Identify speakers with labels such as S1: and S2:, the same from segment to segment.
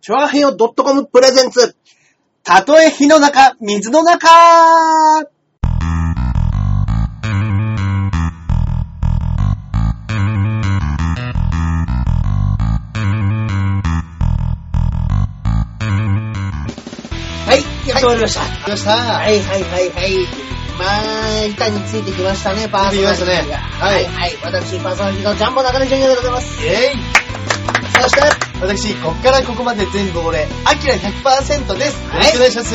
S1: チョアヘヨ .com プレゼンツ。たとえ火の中、水の中はい、やってまいりました。
S2: ました。は。
S1: はいいはいはいはい。まあ、板についてきましたね、パーソナリティが。
S2: ついてきましたね
S1: は
S2: はいい
S1: はい。私、パーソナリティのジャンボ中根ジュニアでございます。
S2: イェイ
S1: そして、
S2: 私、こっからここまで全部俺、アキラ100%です。よ
S1: は
S2: ろ
S1: い
S2: しくお願いします。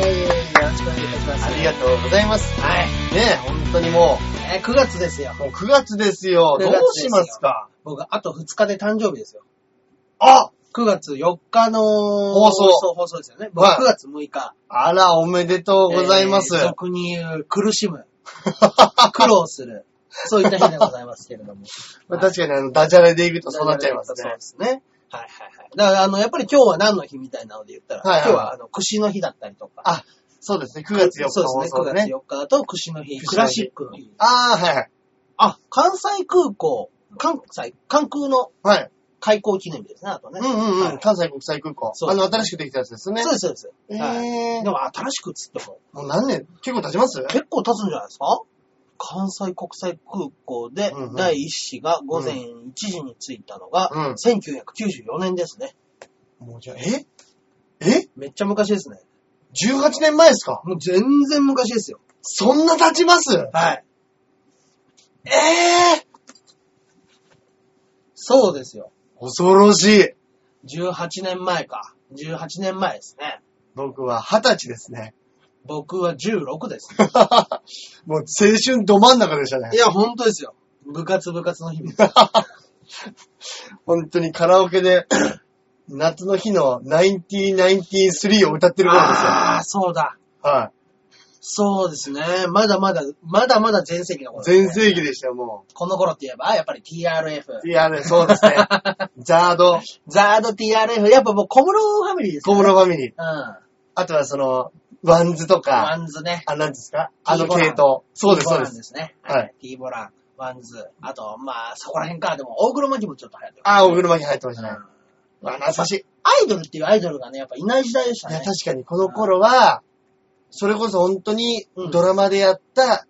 S1: はい、よろしくお願いいたします。
S2: ありがとうございます。
S1: はい。
S2: ねえ、本当にも
S1: えー9月ですよ
S2: う、。もう9月ですよ。
S1: 9
S2: ど
S1: 月
S2: う
S1: です
S2: し
S1: よ
S2: ますか
S1: 僕、あと2日で誕生日ですよ。
S2: あ
S1: 9月4日の放
S2: 放送
S1: 放送ですよね。僕、
S2: はい
S1: 9月6日。
S2: あら、おめでとうございます。
S1: えー俗に言う、苦しむ。苦労する。そういった日でございますけれども。
S2: まあ 確かにあの、ダジャレでいくとそうなっちゃいます
S1: そう
S2: ね
S1: で。すね。はいはいはい。だから、あの、やっぱり今日は何の日みたいなので言ったら、
S2: はいはい
S1: 今日は、あの、串の日だったりとか。
S2: あそうですね、9月4日
S1: そう
S2: 放
S1: ですね。
S2: 送
S1: 9
S2: で
S1: 月
S2: ね。
S1: 4日だと串の日。
S2: 串の日
S1: クラシックの日。
S2: ああ、はいはい。
S1: あ、関西空港、関西、関空の
S2: はい。
S1: 開港記念日ですね、あとね。
S2: うんうん
S1: は
S2: うん。
S1: い
S2: 関西国際空港
S1: そ。う
S2: あの、新しくできたやつですよね
S1: そう。です、そうです。
S2: え
S1: はい
S2: え
S1: でも新しくっつっても、
S2: もう何年結構経ちます
S1: 結構経つんじゃないですか関西国際空港で
S2: うんうん
S1: 第一子が午前1時に着いたのが
S2: うん
S1: 1994年ですね。
S2: もうじゃあ、ええ
S1: めっちゃ昔ですね。
S2: ?18 年前ですか
S1: もう全然昔ですよ。
S2: そんな経ちます
S1: はい。
S2: ええ
S1: そうですよ。
S2: 恐ろしい。
S1: 18年前か。18年前ですね。
S2: 僕は二十歳ですね。
S1: 僕は16です。
S2: もう青春ど真ん中でした
S1: い
S2: ね。
S1: や、本当ですよ。部活部活の日々です。
S2: 本当にカラオケ で、夏の日の1993を歌ってる頃ですよ。
S1: ああ、そうだ。
S2: は
S1: そうですね。まだまだ、まだまだ全盛期の
S2: い。
S1: 頃ですね、
S2: 全盛期でしたよ、も
S1: この頃って言えば、やっぱり TRF
S2: う。。いやね、そうです ね。ザード、
S1: ザード TRF。やっぱもう小室ファミリーです
S2: 小
S1: ね。
S2: 室ファミリー。
S1: うん。
S2: あとはその、ワンズと
S1: ワ
S2: か、
S1: ンズね。
S2: あ、なんですかあの
S1: T ボラ
S2: 系
S1: ン
S2: 統。そうです、
S1: T ボ
S2: そう
S1: ラン
S2: で。
S1: ですすね。
S2: はい
S1: はい。T ボラン、ワンズ。あと、まあ、そこら辺か。でも、大黒摩季もちょっと流行ってる。
S2: ああ、お車に入ってましたね。
S1: うん
S2: わあ、懐かしい。
S1: アイドルっていうアイドルがね、やっぱいない時代でした
S2: いや、
S1: ね。
S2: 確かにこの頃は、それこそ本当に
S1: うん
S2: ドラマでやった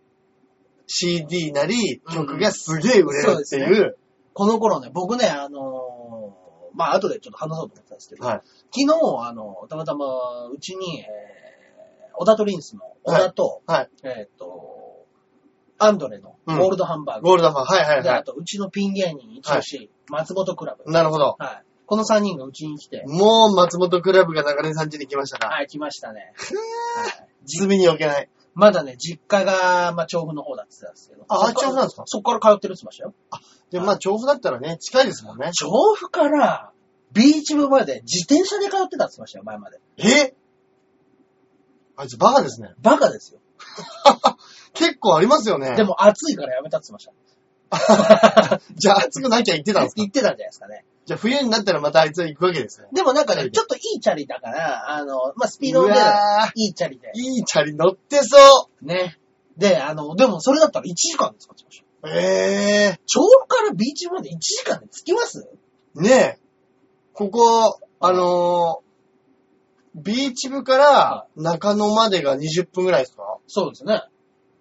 S2: CD なり
S1: うん
S2: 曲がすげえ売れるって
S1: そうで
S2: いう。
S1: この頃ね、僕ね、あのーまあ、後でちょっと話そうと思ってたんですけど、
S2: はい
S1: 昨日、あの、たまたま、うちに、えー、小田トリンスの小田と、
S2: はい。
S1: えっ、と、アンドレの
S2: うん
S1: ゴールドハンバーグ。
S2: ゴールドマン、はいはい
S1: で、
S2: は
S1: あ
S2: い。
S1: と、うちのピン芸人一押し、松本クラブ。
S2: なるほど。
S1: はい。この3人がうちに来て、
S2: もう松本クラブが中根さん家に来ましたか。
S1: はい、来ましたね。はい
S2: 罪に置けない。
S1: まだね、実家が、まあ、調布の方だって言ってたんですけど。
S2: あ
S1: そっら
S2: 調布なんですか
S1: そっから通ってるって言ってましたよ。
S2: で、まあ調布だったらね、近いですもんね。
S1: 調布から、ビーチ部まで自転車で通ってたって言ってましたよ、前まで。
S2: えあいつバカですね。
S1: バカですよ。
S2: 結構ありますよね。
S1: で、も暑いからやめたって言ってました。
S2: じゃあ暑くなきゃ行ってたんですか
S1: 言ってたんじゃないですかね。
S2: じゃあ冬になったらまたあいつは行くわけですね。
S1: でもなんか
S2: は
S1: ね、
S2: い
S1: ちょっといいチャリだから、あの、まあ、スピード
S2: う
S1: で、
S2: わ
S1: いいチャリで。
S2: いいチャリ乗ってそ
S1: ね。で、あの、でもそれだったら1時間で使ってました。
S2: うええ
S1: 調布からビーチ部まで1時間で着きます
S2: ねえ、ここ、あのービーチ部から
S1: は
S2: 中野までが20分ぐらいですか
S1: そうですね。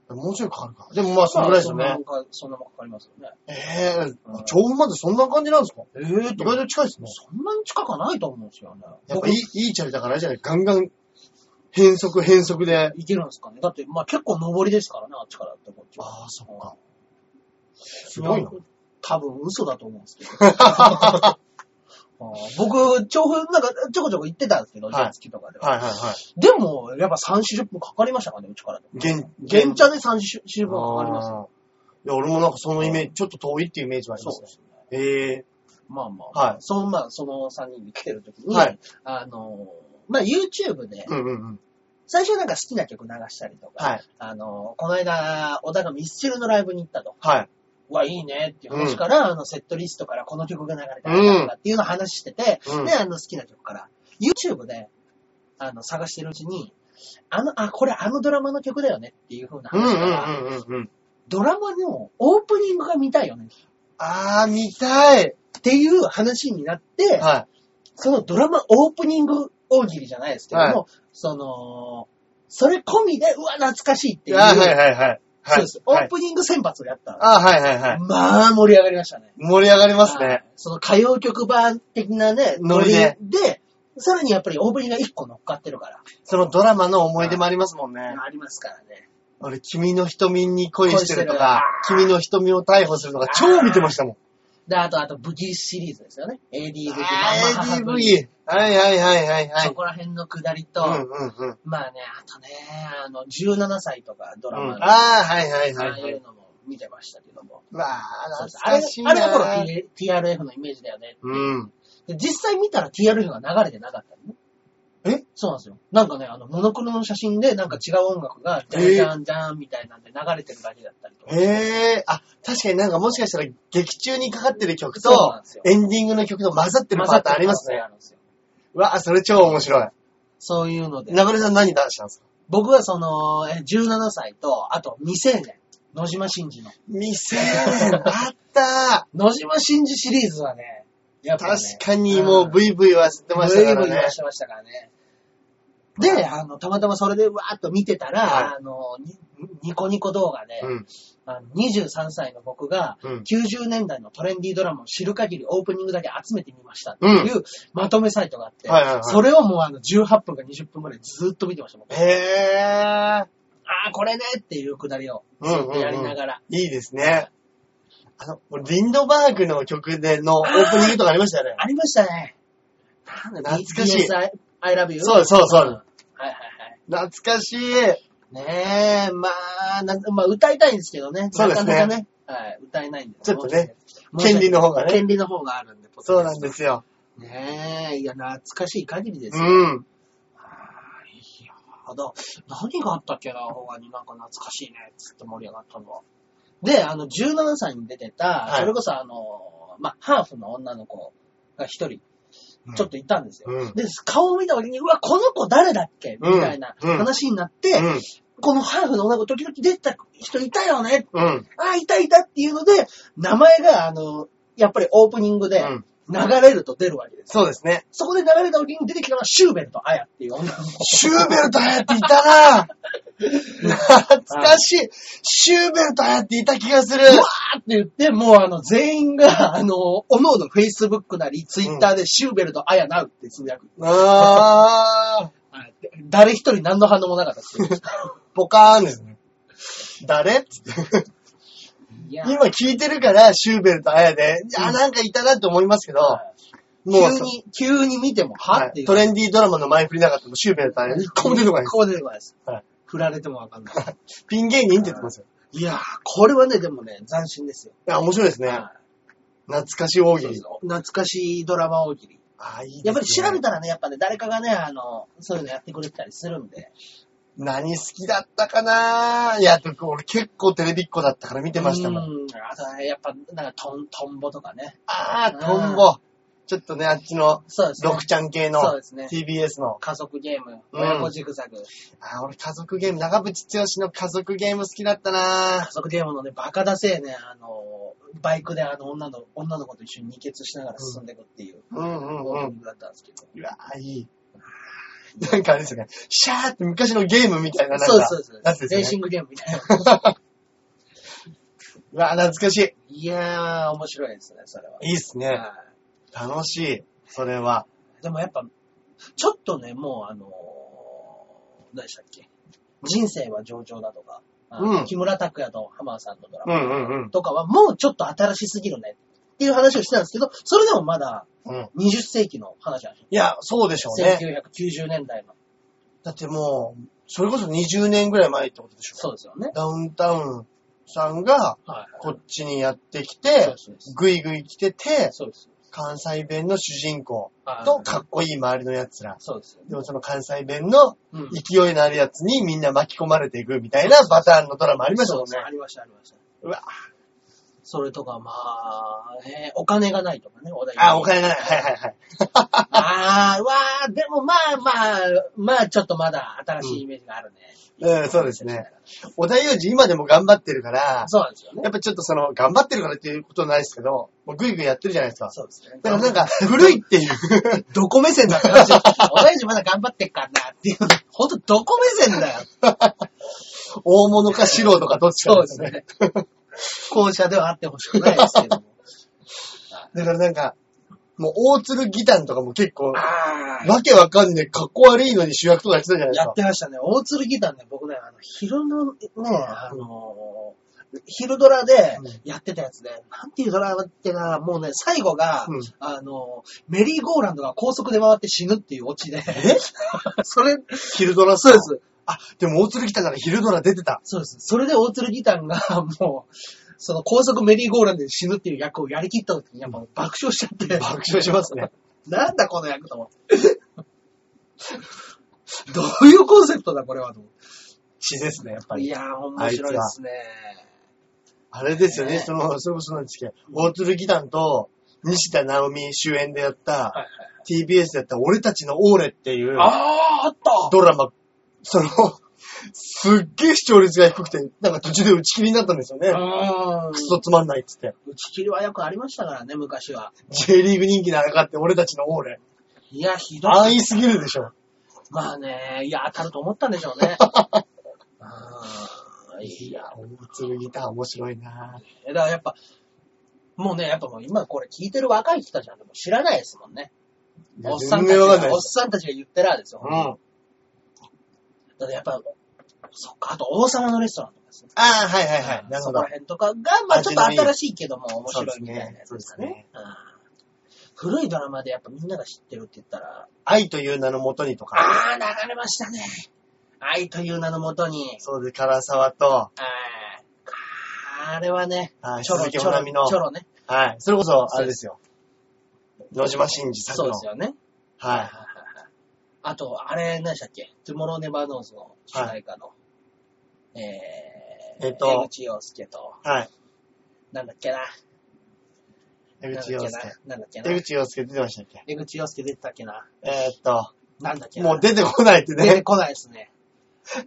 S2: もうちょいかかるか。でもまあ、そのぐらいですよ
S1: まあ
S2: ね
S1: そん。なもんかそんなもんかかりますよね。
S2: ええ
S1: うん
S2: 調布までそんな感じなんですか
S1: ええー
S2: 意外と近いですね。
S1: そんなに近くはないと思うんですよね。
S2: やっぱいい、いいチャリだからあれじゃないガンガン、変速変速で。
S1: 僕いけるんですかね。だって、まあ結構上りですからね、あっちからってこっちは。
S2: ああ、そっか。す
S1: す
S2: ごいな。。
S1: 多分嘘だと思うんですけど。 あー僕、調布、なんかちょこちょこ行ってたんですけど、
S2: い
S1: ジェッツキーとかでは。
S2: はいはいはい。
S1: でも、やっぱ3、40分かかりましたからね、うちからでも。
S2: 現、
S1: 現
S2: 現
S1: 茶で3、40分かかりますよ。
S2: あーいや、俺もなんかそのイメージ、ちょっと遠いっていうイメージはありま
S1: そう
S2: す
S1: で
S2: ね。
S1: すね。
S2: ええ
S1: まあまあ、
S2: はい
S1: その、まあ、その3人に来てる時に、
S2: はい
S1: あの、まあ YouTube で、
S2: うんうんうん。
S1: 最初なんか好きな曲流したりとか、
S2: はい。
S1: あの、この間、小田がミスチルのライブに行ったと。
S2: はい。
S1: うわ、いいねっていう話から、あの、セットリストからこの曲が流れた
S2: うん
S1: とかっていうのを話してて、
S2: うん
S1: で、あの、好きな曲から、YouTube で、あの、探してるうちに、あの、あ、これあのドラマの曲だよねっていう風な
S2: うんう
S1: 話から、
S2: んうんうんうん。
S1: ドラマのオープニングが見たいよね
S2: あー、見たい。
S1: っていう話になって、
S2: は
S1: そのドラマオープニング大喜利じゃないですけども、
S2: は
S1: その、それ込みで、うわ、懐かしいっていう、
S2: あはいはいはい。
S1: そ
S2: は
S1: う
S2: い。
S1: です、
S2: は
S1: オー
S2: い、
S1: プニング選抜をやったんで
S2: あはいはいはい。
S1: まあ、盛り上がりましたね。
S2: 盛り上がります
S1: は
S2: ね
S1: い。。その歌謡曲版的なね、
S2: ノリで
S1: で、さらにやっぱりオープニングが1個乗っかってるから、
S2: そのドラマの思い出もありますもんね。
S1: ありますからね。
S2: 俺、君の瞳に恋してるとか、
S1: 恋してる
S2: 君の瞳を逮捕するとか、超見てましたもん。
S1: で、あと、あと、武器シリーズですよね。ADV、マンマ
S2: あ
S1: ハ
S2: ー、
S1: ブ
S2: ADV。はいはいはいはいは
S1: そ
S2: い。
S1: こら辺の下りと、
S2: うんうんうん。
S1: まあね、あとね、あの、17歳とかドラマ
S2: うん、
S1: の、
S2: あー、はいはい
S1: あ
S2: は
S1: あ
S2: い
S1: い
S2: は
S1: う
S2: い。
S1: のも見てましたけども。
S2: わ
S1: そ
S2: あ
S1: う
S2: 懐か
S1: です
S2: しいな
S1: あれ、あれの頃 T- TRF のイメージだよね。
S2: うん。
S1: で、実際見たら TRF が流れてなかったのね。
S2: え
S1: そうなんですよ。なんかね、あの、モノクロの写真でなんか違う音楽が、じゃんじゃんじゃんみたいなんで流れてるだけだったりとか。
S2: へえ、あ、確かになんかもしかしたら劇中にかかってる曲
S1: そうな
S2: と
S1: んですよ、
S2: エンディングの曲と混ざってるパターンありますね。
S1: あるんですよ。
S2: わあ、それ超面白い。
S1: そういうので。
S2: 中根さん何出したんですか
S1: 僕はその、え17歳と、あと未成年。野島真司の。
S2: 未成年あった
S1: 野島真司シリーズはね、やっぱ、ね、
S2: 確かにもう
S1: ブイ
S2: VV は知ってましたから
S1: ブイブイ
S2: ね
S1: は。してましたからね。で、あの、たまたまそれでわーっと見てたら、
S2: はい
S1: あの、にニコニコ動画で、
S2: うん。
S1: あの23歳の僕が、
S2: うん。
S1: 90年代のトレンディードラマを知る限りオープニングだけ集めてみましたっていうまとめサイトがあって、
S2: はいはいはい
S1: それをもうあの18分か20分ぐらいずーっと見てましたもん。
S2: へえ、
S1: ああ、これねっていうくだりをずっとやりながら。
S2: いいですね。あの、俺リンドバーグの曲でのオープニングとかありましたよね。
S1: ありましたね。なんだ、
S2: 懐かしい
S1: BTS I, I love you?
S2: そうそうそうん
S1: はいはいはい。
S2: 懐かしい。
S1: ねえ、まあ、なんまあ、歌いたいんですけどね。
S2: そうですね
S1: なかなかね。はい、歌えないんで。
S2: ちょっとね
S1: 申し訳ない、
S2: 権利の方がね
S1: 権利の方があるんで、。
S2: そうなんですすよ。
S1: ねえ、いや、懐かしい限りです
S2: う
S1: よ。
S2: ん。
S1: いやーだ何があったっけな、他になんか懐かしいね、つって盛り上がったのは。で、あの、17歳に出てた、
S2: はい
S1: それこそあの、まあ、ハーフの女の子が一人、ちょっといたんですよ。
S2: うん
S1: で、顔を見た時に、うわ、この子誰だっけみたいな
S2: うんうん
S1: 話になって、
S2: うん。
S1: このハーフの女の子時々出てた人いたよね
S2: うん。
S1: あ、いたいたっていうので、名前が、あの、やっぱりオープニングで
S2: うん
S1: 流れると出るわけです。
S2: そうですね。
S1: そこで流れた時に出てきたのはシューベルとアヤっていう女の子。
S2: シューベルトやっていたな懐かしい。シューベルトやっていた気がする。
S1: わーって言って、もうあの、全員が、あの、おのおの Facebook なり Twitter でシューベルとアヤナウってつぶやく。
S2: あ
S1: はい誰一人何の反応もなかったっていう。
S2: ー、ポカーンですね。誰っつって
S1: いやー
S2: 今 聞いてるから、シューベルとアヤで、いや、なんかいたなって思いますけど、もう
S1: 急に、急に見ても、は
S2: は
S1: ってい。
S2: いうトレンディードラマの前振りなかったもシューベルとアヤ、一個も出てこない
S1: 一
S2: で
S1: 個も出てこないです。
S2: はい
S1: 振られてもわかんない。
S2: す。ピン芸人って言ってますよ。
S1: いやー、これはね、でもね、斬新ですよ。
S2: いや、面白いですね。
S1: はい
S2: 懐かしい大喜
S1: そう
S2: 利
S1: そ。う懐かしいドラマ大喜利。
S2: あーいいですね
S1: やっぱり調べたらね、やっぱね、誰かがね、あの、そういうのやってくれてたりするんで。
S2: 何好きだったかないや、でも俺結構テレビっ子だったから見てましたもん。
S1: うん。あとね、やっぱ、なんかトン、トンボとかね。
S2: あー、トンボ。ちょっとね、あっちの、
S1: そうですね。
S2: 六ちゃん系の
S1: そうですね。
S2: TBS の。
S1: 家族ゲーム、
S2: うん
S1: 親子ジグザグ。
S2: あー、俺家族ゲーム、長渕剛の家族ゲーム好きだったな
S1: 家族ゲームのね、バカだせえね、あの、バイクであの女の、女の子と一緒に二血しながら進んでいくっていう、
S2: うんうんう
S1: オープニ
S2: ん。
S1: ングだったんですけど。
S2: うわー、いい。なんかあれですよね。シャーって昔のゲームみたいな。なんか
S1: そうですそう
S2: や
S1: で
S2: つで
S1: す。
S2: す
S1: レ
S2: よ
S1: ー
S2: ね
S1: シングゲームみたいな。
S2: うわー、懐かしい。
S1: いやー、面白いですね、それは。
S2: いいっすね。
S1: はい
S2: 楽しい。それは。
S1: でもやっぱ、ちょっとね、もうあのー、何でしたっけ人生は上々だとか、あ
S2: う
S1: の
S2: ん
S1: 木村拓哉と浜田さんのドラ
S2: う
S1: マ
S2: んうん
S1: とかはもうちょっと新しすぎるねっていう話をしてたんですけど、それでもまだ
S2: うん。うん。
S1: 20世紀の話なんですよ。
S2: いや、そうでしょうね。
S1: 1990年代の。
S2: だってもう、それこそ20年ぐらい前ってことでしょ
S1: そうですよね。
S2: ダウンタウンさんが
S1: はい。
S2: こっちにやってき
S1: そう
S2: て
S1: です、そうです。
S2: ぐいぐい来てて、
S1: そうです。
S2: 関西弁の主人公
S1: はい
S2: とかっこいい周りの奴ら。
S1: そうですよね。
S2: でもその関西弁の
S1: うん。
S2: 勢いのある奴にみんな巻き込まれていくみたいなパターンのドラマありましたもん
S1: そうそう
S2: ね。
S1: ありました、ありました。
S2: うわ、
S1: それとか、まあ、ね、お金がないとかね、お題
S2: あ、お金がない。はいはいはい。
S1: あー、わあ、でもまあまあ、まあちょっとまだ新しいイメージがあるね。
S2: うん、そうですね。小田裕二今でも頑張ってるから、
S1: そうなんですよね
S2: や。っぱちょっとその、頑張ってるからっていうことはないですけど、もうグイグイやってるじゃないですか。
S1: そうですね。
S2: だからなんか、古いっていう。
S1: どこ目線だって話です。おやじまだ頑張ってっからなって いう。ほんと、どこ目線だよ。
S2: 大物か素人かどっちか
S1: そうです。ね。校舎ではあってほしくないですけども。
S2: だからなんか、もう大鶴ギタンとかも結構、
S1: あ
S2: わけわかんねえ、かっこ悪いのに主役とかやってたじゃないです
S1: や
S2: か
S1: っ。てましたね。大鶴ギターね、僕ね、あの、昼のね、あの昼ドラで
S2: うん
S1: やってたやつで、なんていうドラマってな、もうね、最後が、
S2: うん
S1: あの、メリーゴーランドが高速で回って死ぬっていうオチで、 それ、
S2: 昼ドラ
S1: そうです。
S2: あ、でも大鶴ギタンから昼ドラ出てた。
S1: そうです。それで大鶴ギタンが、もう、その高速メリーゴーランドで死ぬっていう役をやりきった時に、やっぱ爆笑しちゃって。
S2: 爆笑しますね。
S1: なんだこの役と思って。 どういうコンセプトだ、これはと思って。
S2: 血ですね、やっぱ
S1: い
S2: り。
S1: やー、面白いですね。
S2: あれですよね、
S1: ね
S2: その、それこそなんですけど、大鶴ギタンと西田直美主演でやった、
S1: はい
S2: TBS でやった俺たちのオーレっていう
S1: あー、あった
S2: ドラマ、その、すっげえ視聴率が低くて、なんか途中で打ち切りになったんですよね。
S1: うーん
S2: クソつまんないっつって。
S1: 打ち切りはよくありましたからね、昔は。
S2: J リーグ人気のあれかって俺たちのオーレ。
S1: いや、ひどい。
S2: 安易すぎるでしょ。
S1: まあね、いや、当たると思ったんでしょう ね。うーんいや、
S2: 大鶴ギタン面白いなぁ
S1: だからやっぱ、もうね、やっぱもう今これ聞いてる若い人たちなんてもう知らないですもんね。
S2: いや
S1: おっさん
S2: 全
S1: たち
S2: 然わかんない
S1: が、
S2: で
S1: おっ
S2: す。
S1: さんたちが言ってらですよ。
S2: うん。あ
S1: だってやっぱ、そっか、あと王様のレストランとかですね。
S2: あ、はいはいはい。なるほ
S1: そこ
S2: ど
S1: ら。辺とかが、まあちょっと
S2: 味のいい
S1: 新しいけども面白いみたいなやつですかね。
S2: そうですね
S1: うん古いドラマでやっぱみんなが知ってるって言ったら、
S2: 愛という名のもとにとか。
S1: あー、流れましたね。愛という名のもとに、
S2: そうで、唐沢と、
S1: あーあれはね、
S2: はい
S1: ちょろ
S2: 鈴木
S1: ちょ
S2: 保
S1: ろ、
S2: 奈美の
S1: ちょろね。
S2: はい。それこそ、あれですよ。野島真二作
S1: そう
S2: の
S1: で。すよね。
S2: はい。
S1: あと、あれ、何でしたっけトゥモローネバーノーズの主題歌の、えー、
S2: えっと
S1: 江口洋介と、
S2: はい。
S1: なんだっけな。
S2: 江口洋介。
S1: なんだっけな。
S2: 江口洋介出てましたっけ
S1: 江口洋介出てたっけな。
S2: えーっと、
S1: なんだっけな。
S2: もう出てこないって
S1: 出て
S2: ね。
S1: こないですね。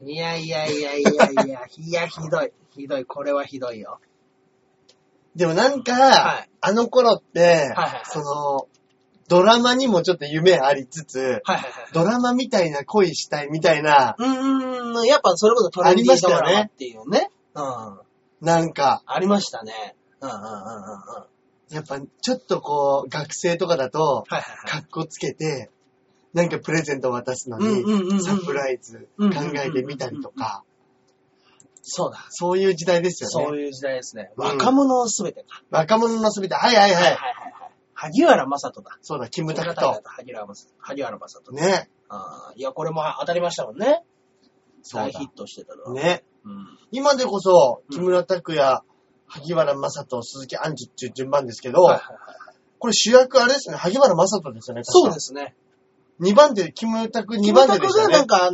S1: いやいやいやいやいや、 いや、ひどい。ひどい。これはひどいよ。
S2: でもなんか、
S1: はい
S2: あの頃って、
S1: はいはい
S2: その、ドラマにもちょっと夢ありつつ、
S1: はいはいはい。
S2: ドラマみたいな恋したいみたいな、
S1: うーん、やっぱそれこそトレンディードラマっていうね。うん。
S2: なんか、
S1: ありましたね。うんうんうんうんうん。は
S2: やっぱちょっとこう、学生とかだと、
S1: いはいはい。
S2: かっこつけて、なんかプレゼント渡すの
S1: うんうんうんうん
S2: に、サプライズ考えてみたりとか、
S1: そうだ。
S2: そういう時代ですよ
S1: そう
S2: ね。
S1: いう時代ですね。
S2: うん
S1: 若者をすべてか。
S2: 若者の全て、はいはいはい。
S1: はいはい。萩原正人だ。
S2: そうだ、キムタク
S1: 物語だ
S2: と。
S1: と萩原正人。萩原正人。
S2: ね。
S1: あーいや、これも当たりましたもんね。
S2: そう
S1: 大
S2: だ
S1: ヒットしてたのは。
S2: ね。
S1: うん。
S2: 今でこそ、
S1: うん
S2: 木村拓哉、萩原正人、鈴木杏樹っていう順番ですけど、
S1: はいはいはい
S2: これ主役あれですよね、萩原正人ですよね。。
S1: そうですすね。
S2: 2番手、木村拓2
S1: 二
S2: 番
S1: 番
S2: 手
S1: 手
S2: でし
S1: でしたたね木村拓哉がなん
S2: ね。
S1: かあ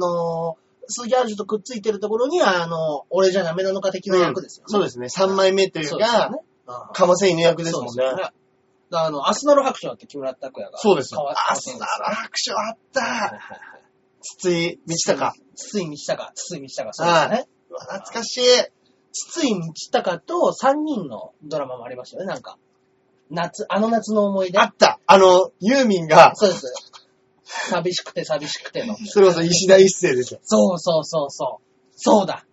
S1: のー、スギャージュとくっついてるところに、あの、俺じゃダメなのか的な役ですよね。
S2: そうですね。3枚目という
S1: そうですよ
S2: か
S1: ね、。うん
S2: 釜瀬犬役ですもん
S1: そう
S2: ね。
S1: よだからあの、明日のロ白書だって木村拓哉が。
S2: そうです。
S1: 変わ
S2: あ、
S1: って
S2: スナ
S1: んですよ
S2: ラ白書あっ
S1: はいはい
S2: た。
S1: はい
S2: 筒井道隆。。
S1: 筒井道隆。筒井道隆。そうですね。
S2: うわ懐かしい。
S1: 筒井道隆と3人のドラマもありましたよね、なんか。夏、あの夏の思い出
S2: あ。った。あの、ユーミンが、
S1: そうです。寂しくて寂しくての。
S2: それこそ石田一世ですよ。
S1: そうそうそうそう。そうだ。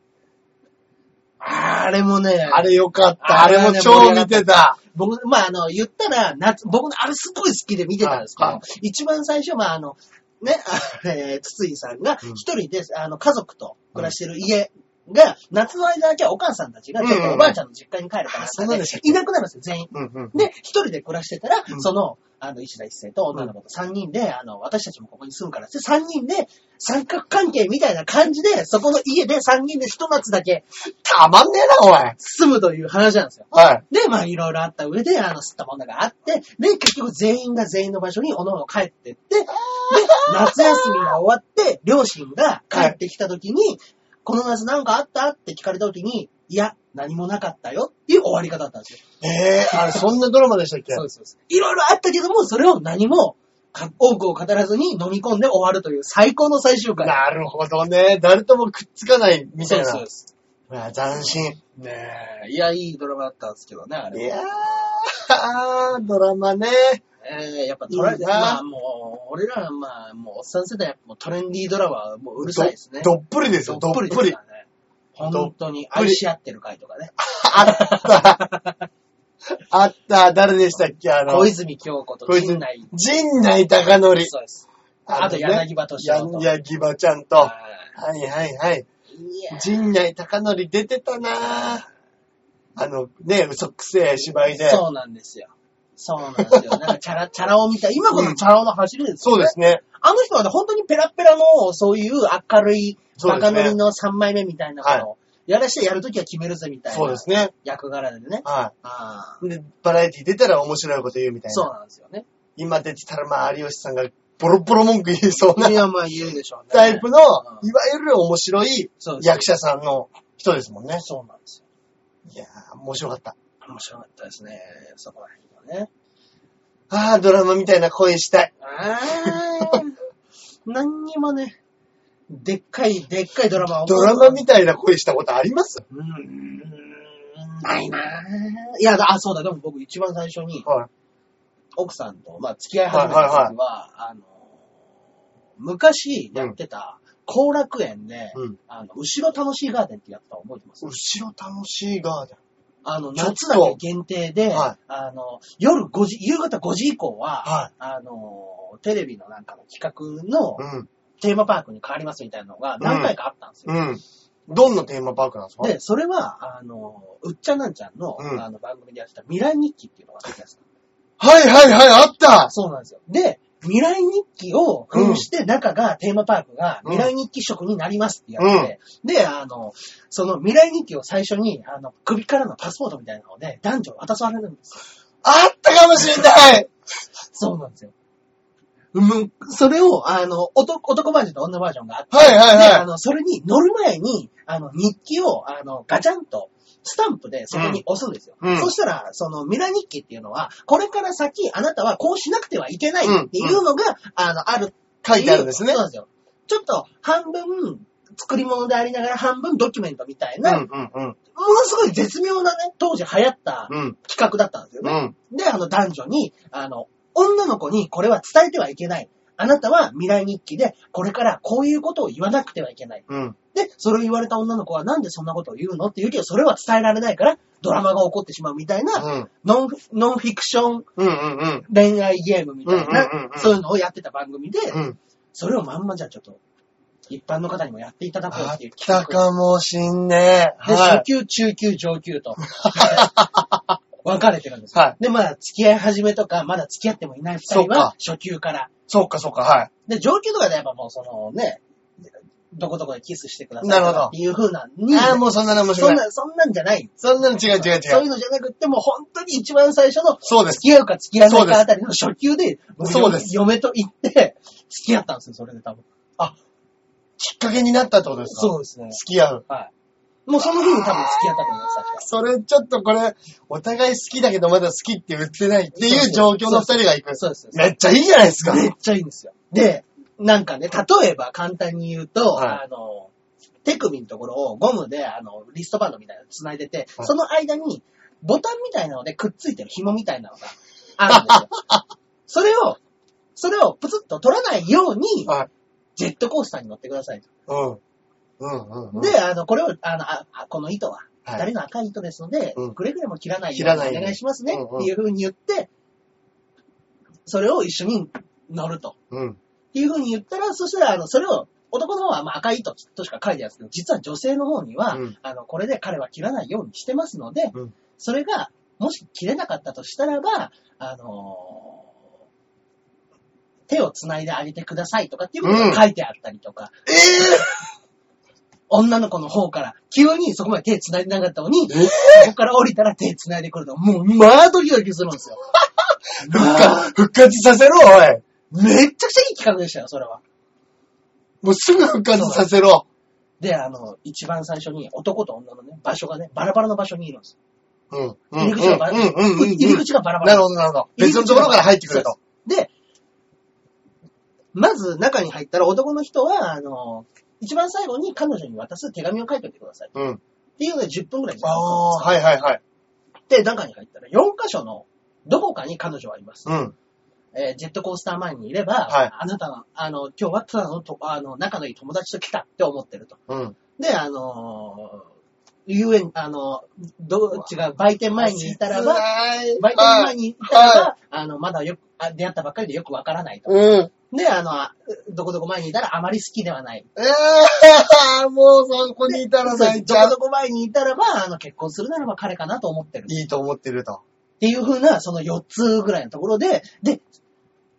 S1: あれもね、
S2: あれよかった。あ
S1: あ
S2: れ
S1: れは
S2: も
S1: ね
S2: 超見てた。
S1: 僕、まあ、あの、言ったら、夏、僕、あれすごい好きで見てたんですけ
S2: はいは
S1: ど、一番最初、まあ、あの、ね、あえー、筒井さんが
S2: うん
S1: 一人で、あの、家族と暮らしてる家が、夏の間だけはお母さんたちが、ちょっとおばあちゃんの実家に帰るから
S2: あ
S1: っ
S2: そ
S1: て
S2: うなんでしたっけ
S1: いなくなるんですよ、全員。
S2: うんうん。
S1: で、一人で暮らしてたら、
S2: うん
S1: その、あの、石田一世と女の子と三人で、あの、私たちもここに住むからって、三人で、三角関係みたいな感じで、そこの家で三人で一夏だけ
S2: たまんねえな、おい。
S1: 住むという話なんですよ。
S2: はい。
S1: で、まあ、いろいろあった上で、あの、吸ったものがあって、で、結局全員が全員の場所におのおの帰ってって、で、夏休みが終わって、両親が帰ってきた時に、この夏なんかあったって聞かれた時に、いや、何もなかったよっていう終わり方だったんですよ。
S2: ええあれ、そんなドラマでしたっけ
S1: そうです、そうです。いろいろあったけども、それを何も、か多くを語らずに飲み込んで終わるという最高の最終回。
S2: なるほどね。誰ともくっつかないみたいな。
S1: そうですそう
S2: うわ斬新。
S1: です。ねえ。いや、いいドラマだったんですけどね、あ
S2: い
S1: れは。
S2: やー、ドラマね。
S1: ええやっぱトラ
S2: いいな
S1: まあもう、俺らはまあ、もうおっさん世代はもうトレンディードラマはもううるさいですね。
S2: どどっぷりですよ、ど
S1: どっ
S2: っ
S1: ぷ
S2: ぷり。
S1: りですからね。
S2: ど
S1: 本
S2: っ
S1: 当に愛し合ってる回とかね。
S2: あった、誰でしたっけあの、
S1: 小泉京子と
S2: こいつ
S1: 陣内。
S2: 陣内貴則。
S1: そうです。あと柳葉敏郎と。
S2: と。柳葉ちゃんと。は
S1: はい
S2: はいはい。
S1: いや
S2: 陣内貴則出てたなぁ。あの、ね、嘘くせえ芝居で。
S1: そうなんですよ。そうなんですよ。なんかチャラ、チャラ男みたい。今こそチャラ男の走りです
S2: そ
S1: よ
S2: う
S1: ね。
S2: ですね。
S1: あの人はね、本当にペラペラの、そういう明るい、
S2: そう
S1: バ
S2: です
S1: カ
S2: ね
S1: 乗りの3枚目みたいなものを、やらしてやるときは決めるぜみたい
S2: そう
S1: な
S2: ですね。
S1: 役柄でね。
S2: は
S1: ああ
S2: い。で、バラエティ出たら面白いこと言うみたいな。
S1: そうなんですよ ね。
S2: 今出てたら、まあ、有吉さんがボロボロ文句言いそうない
S1: や、まあ言うでしょうね。
S2: タイプの、
S1: うん
S2: いわゆる面白い
S1: そうです
S2: 役者さんの人ですもんね。
S1: そうなんですよ。
S2: いやー、面白かった。
S1: 面白かったですね。そこら辺はね。
S2: あー、ドラマみたいな声したい。
S1: あ あ、何にもね、でっかい、でっかいドラマを。
S2: ドラマみたいな声したことあります
S1: うーんないなぁ。いや、あ、そうだ、でも僕一番最初に
S2: はい。
S1: 奥さんと、まあ、付き合い始めた時は、
S2: はいはい
S1: あの、昔やってた後楽園で、
S2: うん
S1: あの、後ろ楽しいガーデンってやったの覚えてます
S2: 後ろ楽しいガーデン。
S1: あの、
S2: ちょっと
S1: 夏だけ限定で、
S2: は
S1: あの、夜5時、夕方5時以降は、
S2: はい
S1: あの、テレビのなんかの企画の
S2: うん。
S1: テーマパークに変わりますみたいなのが何回かあったんですよ。
S2: うん。どんなテーマパークなんですか
S1: で、それは、あの、うっちゃなんちゃんの、
S2: うん
S1: あの、番組でやってた未来日記っていうのがあったんですか。
S2: はいはいはい、あった
S1: そうなんですよ。で、未来日記を封して、中が、テーマパークが、
S2: うん
S1: 未来日記色になりますってやって、で、あの、その未来日記を最初に、あの、首からのパスポートみたいなので、男女渡されるんですよ。
S2: あったかもしれない
S1: そうなんですよ。うん、それを、あの、男、男バージョンと女バージョンがあって、
S2: はいはいはい
S1: で、あの、それに乗る前に、あの、日記を、あの、ガチャンと、スタンプでそこに押すんですよ。
S2: うん
S1: そしたら、その、ミラ日記っていうのは、これから先、あなたはこうしなくてはいけないっていうのが、あの、ある
S2: 書いてあるんですね
S1: そうなんですよ。ちょっと、半分、作り物でありながら、半分ドキュメントみたいな、
S2: ん
S1: も
S2: うん
S1: のすごい絶妙なね、当時流行った
S2: うん。
S1: 企画だったんですよね。
S2: ん。
S1: で、あの、男女に、あの、女の子にこれは伝えてはいけない。あなたは未来日記で、これからこういうことを言わなくてはいけない。
S2: うん。
S1: で、それを言われた女の子はなんでそんなことを言うのって言うけど、それは伝えられないから、ドラマが起こってしまうみたいな、
S2: うん。
S1: ノンフノンフィクション
S2: うんうん
S1: 恋愛ゲームみたい
S2: うんうんうん
S1: な
S2: う、ん
S1: そういうのをやってた番組で、
S2: うん。うん。
S1: それをまんまじゃあちょっと、一般の方にもやっていただこう
S2: あ
S1: っ
S2: って
S1: いう企
S2: た
S1: 画。
S2: かもしんねえ。
S1: で、初
S2: は
S1: 級、中級、上級 と。分かれてるんですよ。
S2: はい
S1: で、まだ付き合い始めとか、まだ付き合ってもいない二
S2: そ
S1: 人
S2: う
S1: は
S2: か、
S1: 初級から
S2: い。。そうかそうか、は
S1: で、上級とかでやっぱもうそのね、どこどこでキスしてください
S2: なる
S1: と
S2: ほど
S1: かっていう風なのに、
S2: い。ああ、もうそんなの面白
S1: そん
S2: い。
S1: な、そんなんじゃない。
S2: そんなの違う違う
S1: そう
S2: 違
S1: いう
S2: う。
S1: のじゃなくって、もう本当に一番最初の、
S2: そうで
S1: 付
S2: す。
S1: き合うか付き合わない
S2: そうで
S1: か
S2: す
S1: あたりの初級で、も
S2: そうです
S1: 嫁と言って、付き合ったんですよ、それで多分。
S2: きっかけになったってことですか
S1: そうですね。
S2: 付き合う。
S1: はい。もうその日に多分付き合ったと思います、確か。
S2: それちょっとこれ、お互い好きだけどまだ好きって言ってないっていう状況の二人が行く。
S1: そうです。
S2: めっちゃいいじゃないですか。
S1: めっちゃいいんですよ。で、なんかね、例えば簡単に言うと、
S2: はい
S1: あの、手首のところをゴムで、あの、リストバンドみたいなの繋いでて、
S2: はい
S1: その間に、ボタンみたいなのでくっついてる紐みたいなのがあるんですよ。 それを、それをプツッと取らないように、
S2: はい。
S1: ジェットコースターに乗ってくださいと。
S2: うん。うんうん。、
S1: で、あの、これを、あの、ああこの糸は、
S2: はい
S1: 誰の赤い糸ですので、
S2: うん
S1: くれぐれも切らない
S2: 切
S1: よ
S2: ら
S1: う
S2: ない
S1: に
S2: ように
S1: お願いしますね、
S2: うんうん
S1: っていう風に言って、それを一緒に乗ると。
S2: うん。
S1: っていう風に言ったら、そしたら、あの、それを、男の方はまあ赤い糸としか書いてないですけど、実は女性の方には、
S2: うん
S1: あの、これで彼は切らないようにしてますので、
S2: うん
S1: それが、もし切れなかったとしたらば、あのー手を繋いであげてくださいとかっていうことが書いてあったりとか、
S2: ええ
S1: 女の子の方から、急にそこまで手繋いでなかったのに、
S2: え
S1: そこから降りたら手繋いでくると、もう、まあドキドキするんですよ。
S2: 復活、復活させろ、おい。
S1: めっちゃくちゃいい企画でしたよ、それは。
S2: もうすぐ復活させろ。
S1: で、あの、一番最初に男と女のね、場所がね、バラバラの場所にいるんです。
S2: うん。うん。
S1: 入り口がバラ、
S2: うん。うん。うん
S1: 入り口がバラバラ。
S2: なるほど、なるほど。別のところから入ってくると。
S1: そうです。で、まず中に入ったら男の人は、あの、一番最後に彼女に渡す手紙を書いておいてください。っ
S2: うん。
S1: ていうので10分くらい時間
S2: あ
S1: が
S2: あ、はいはいはい。
S1: かかって、中に入ったら4箇所のどこかに彼女はいます。
S2: うん。
S1: えージェットコースター前にいれば、
S2: はい
S1: あなたの、あの、今日はただのと、あの、仲のいい友達と来たって思ってると。
S2: うん。
S1: で、あのー遊園、あの、どっちが売店前にいたらば、売
S2: 毎
S1: 店前
S2: に。
S1: にいたらば、
S2: は
S1: あの、まだよく、あ出会ったばっかりでよくわからないと。
S2: うん。
S1: で、あの、あどこどこ前にいたらあまり好きではない。
S2: えー、もうそこにいたら
S1: そう
S2: 泣い
S1: で
S2: ち
S1: すど
S2: ゃ
S1: こ
S2: う
S1: ど。こ前にいたらば、あの、結婚するならば彼かなと思ってる。っ
S2: いいと思ってると。
S1: ていう風な、その4つぐらいのところで、で、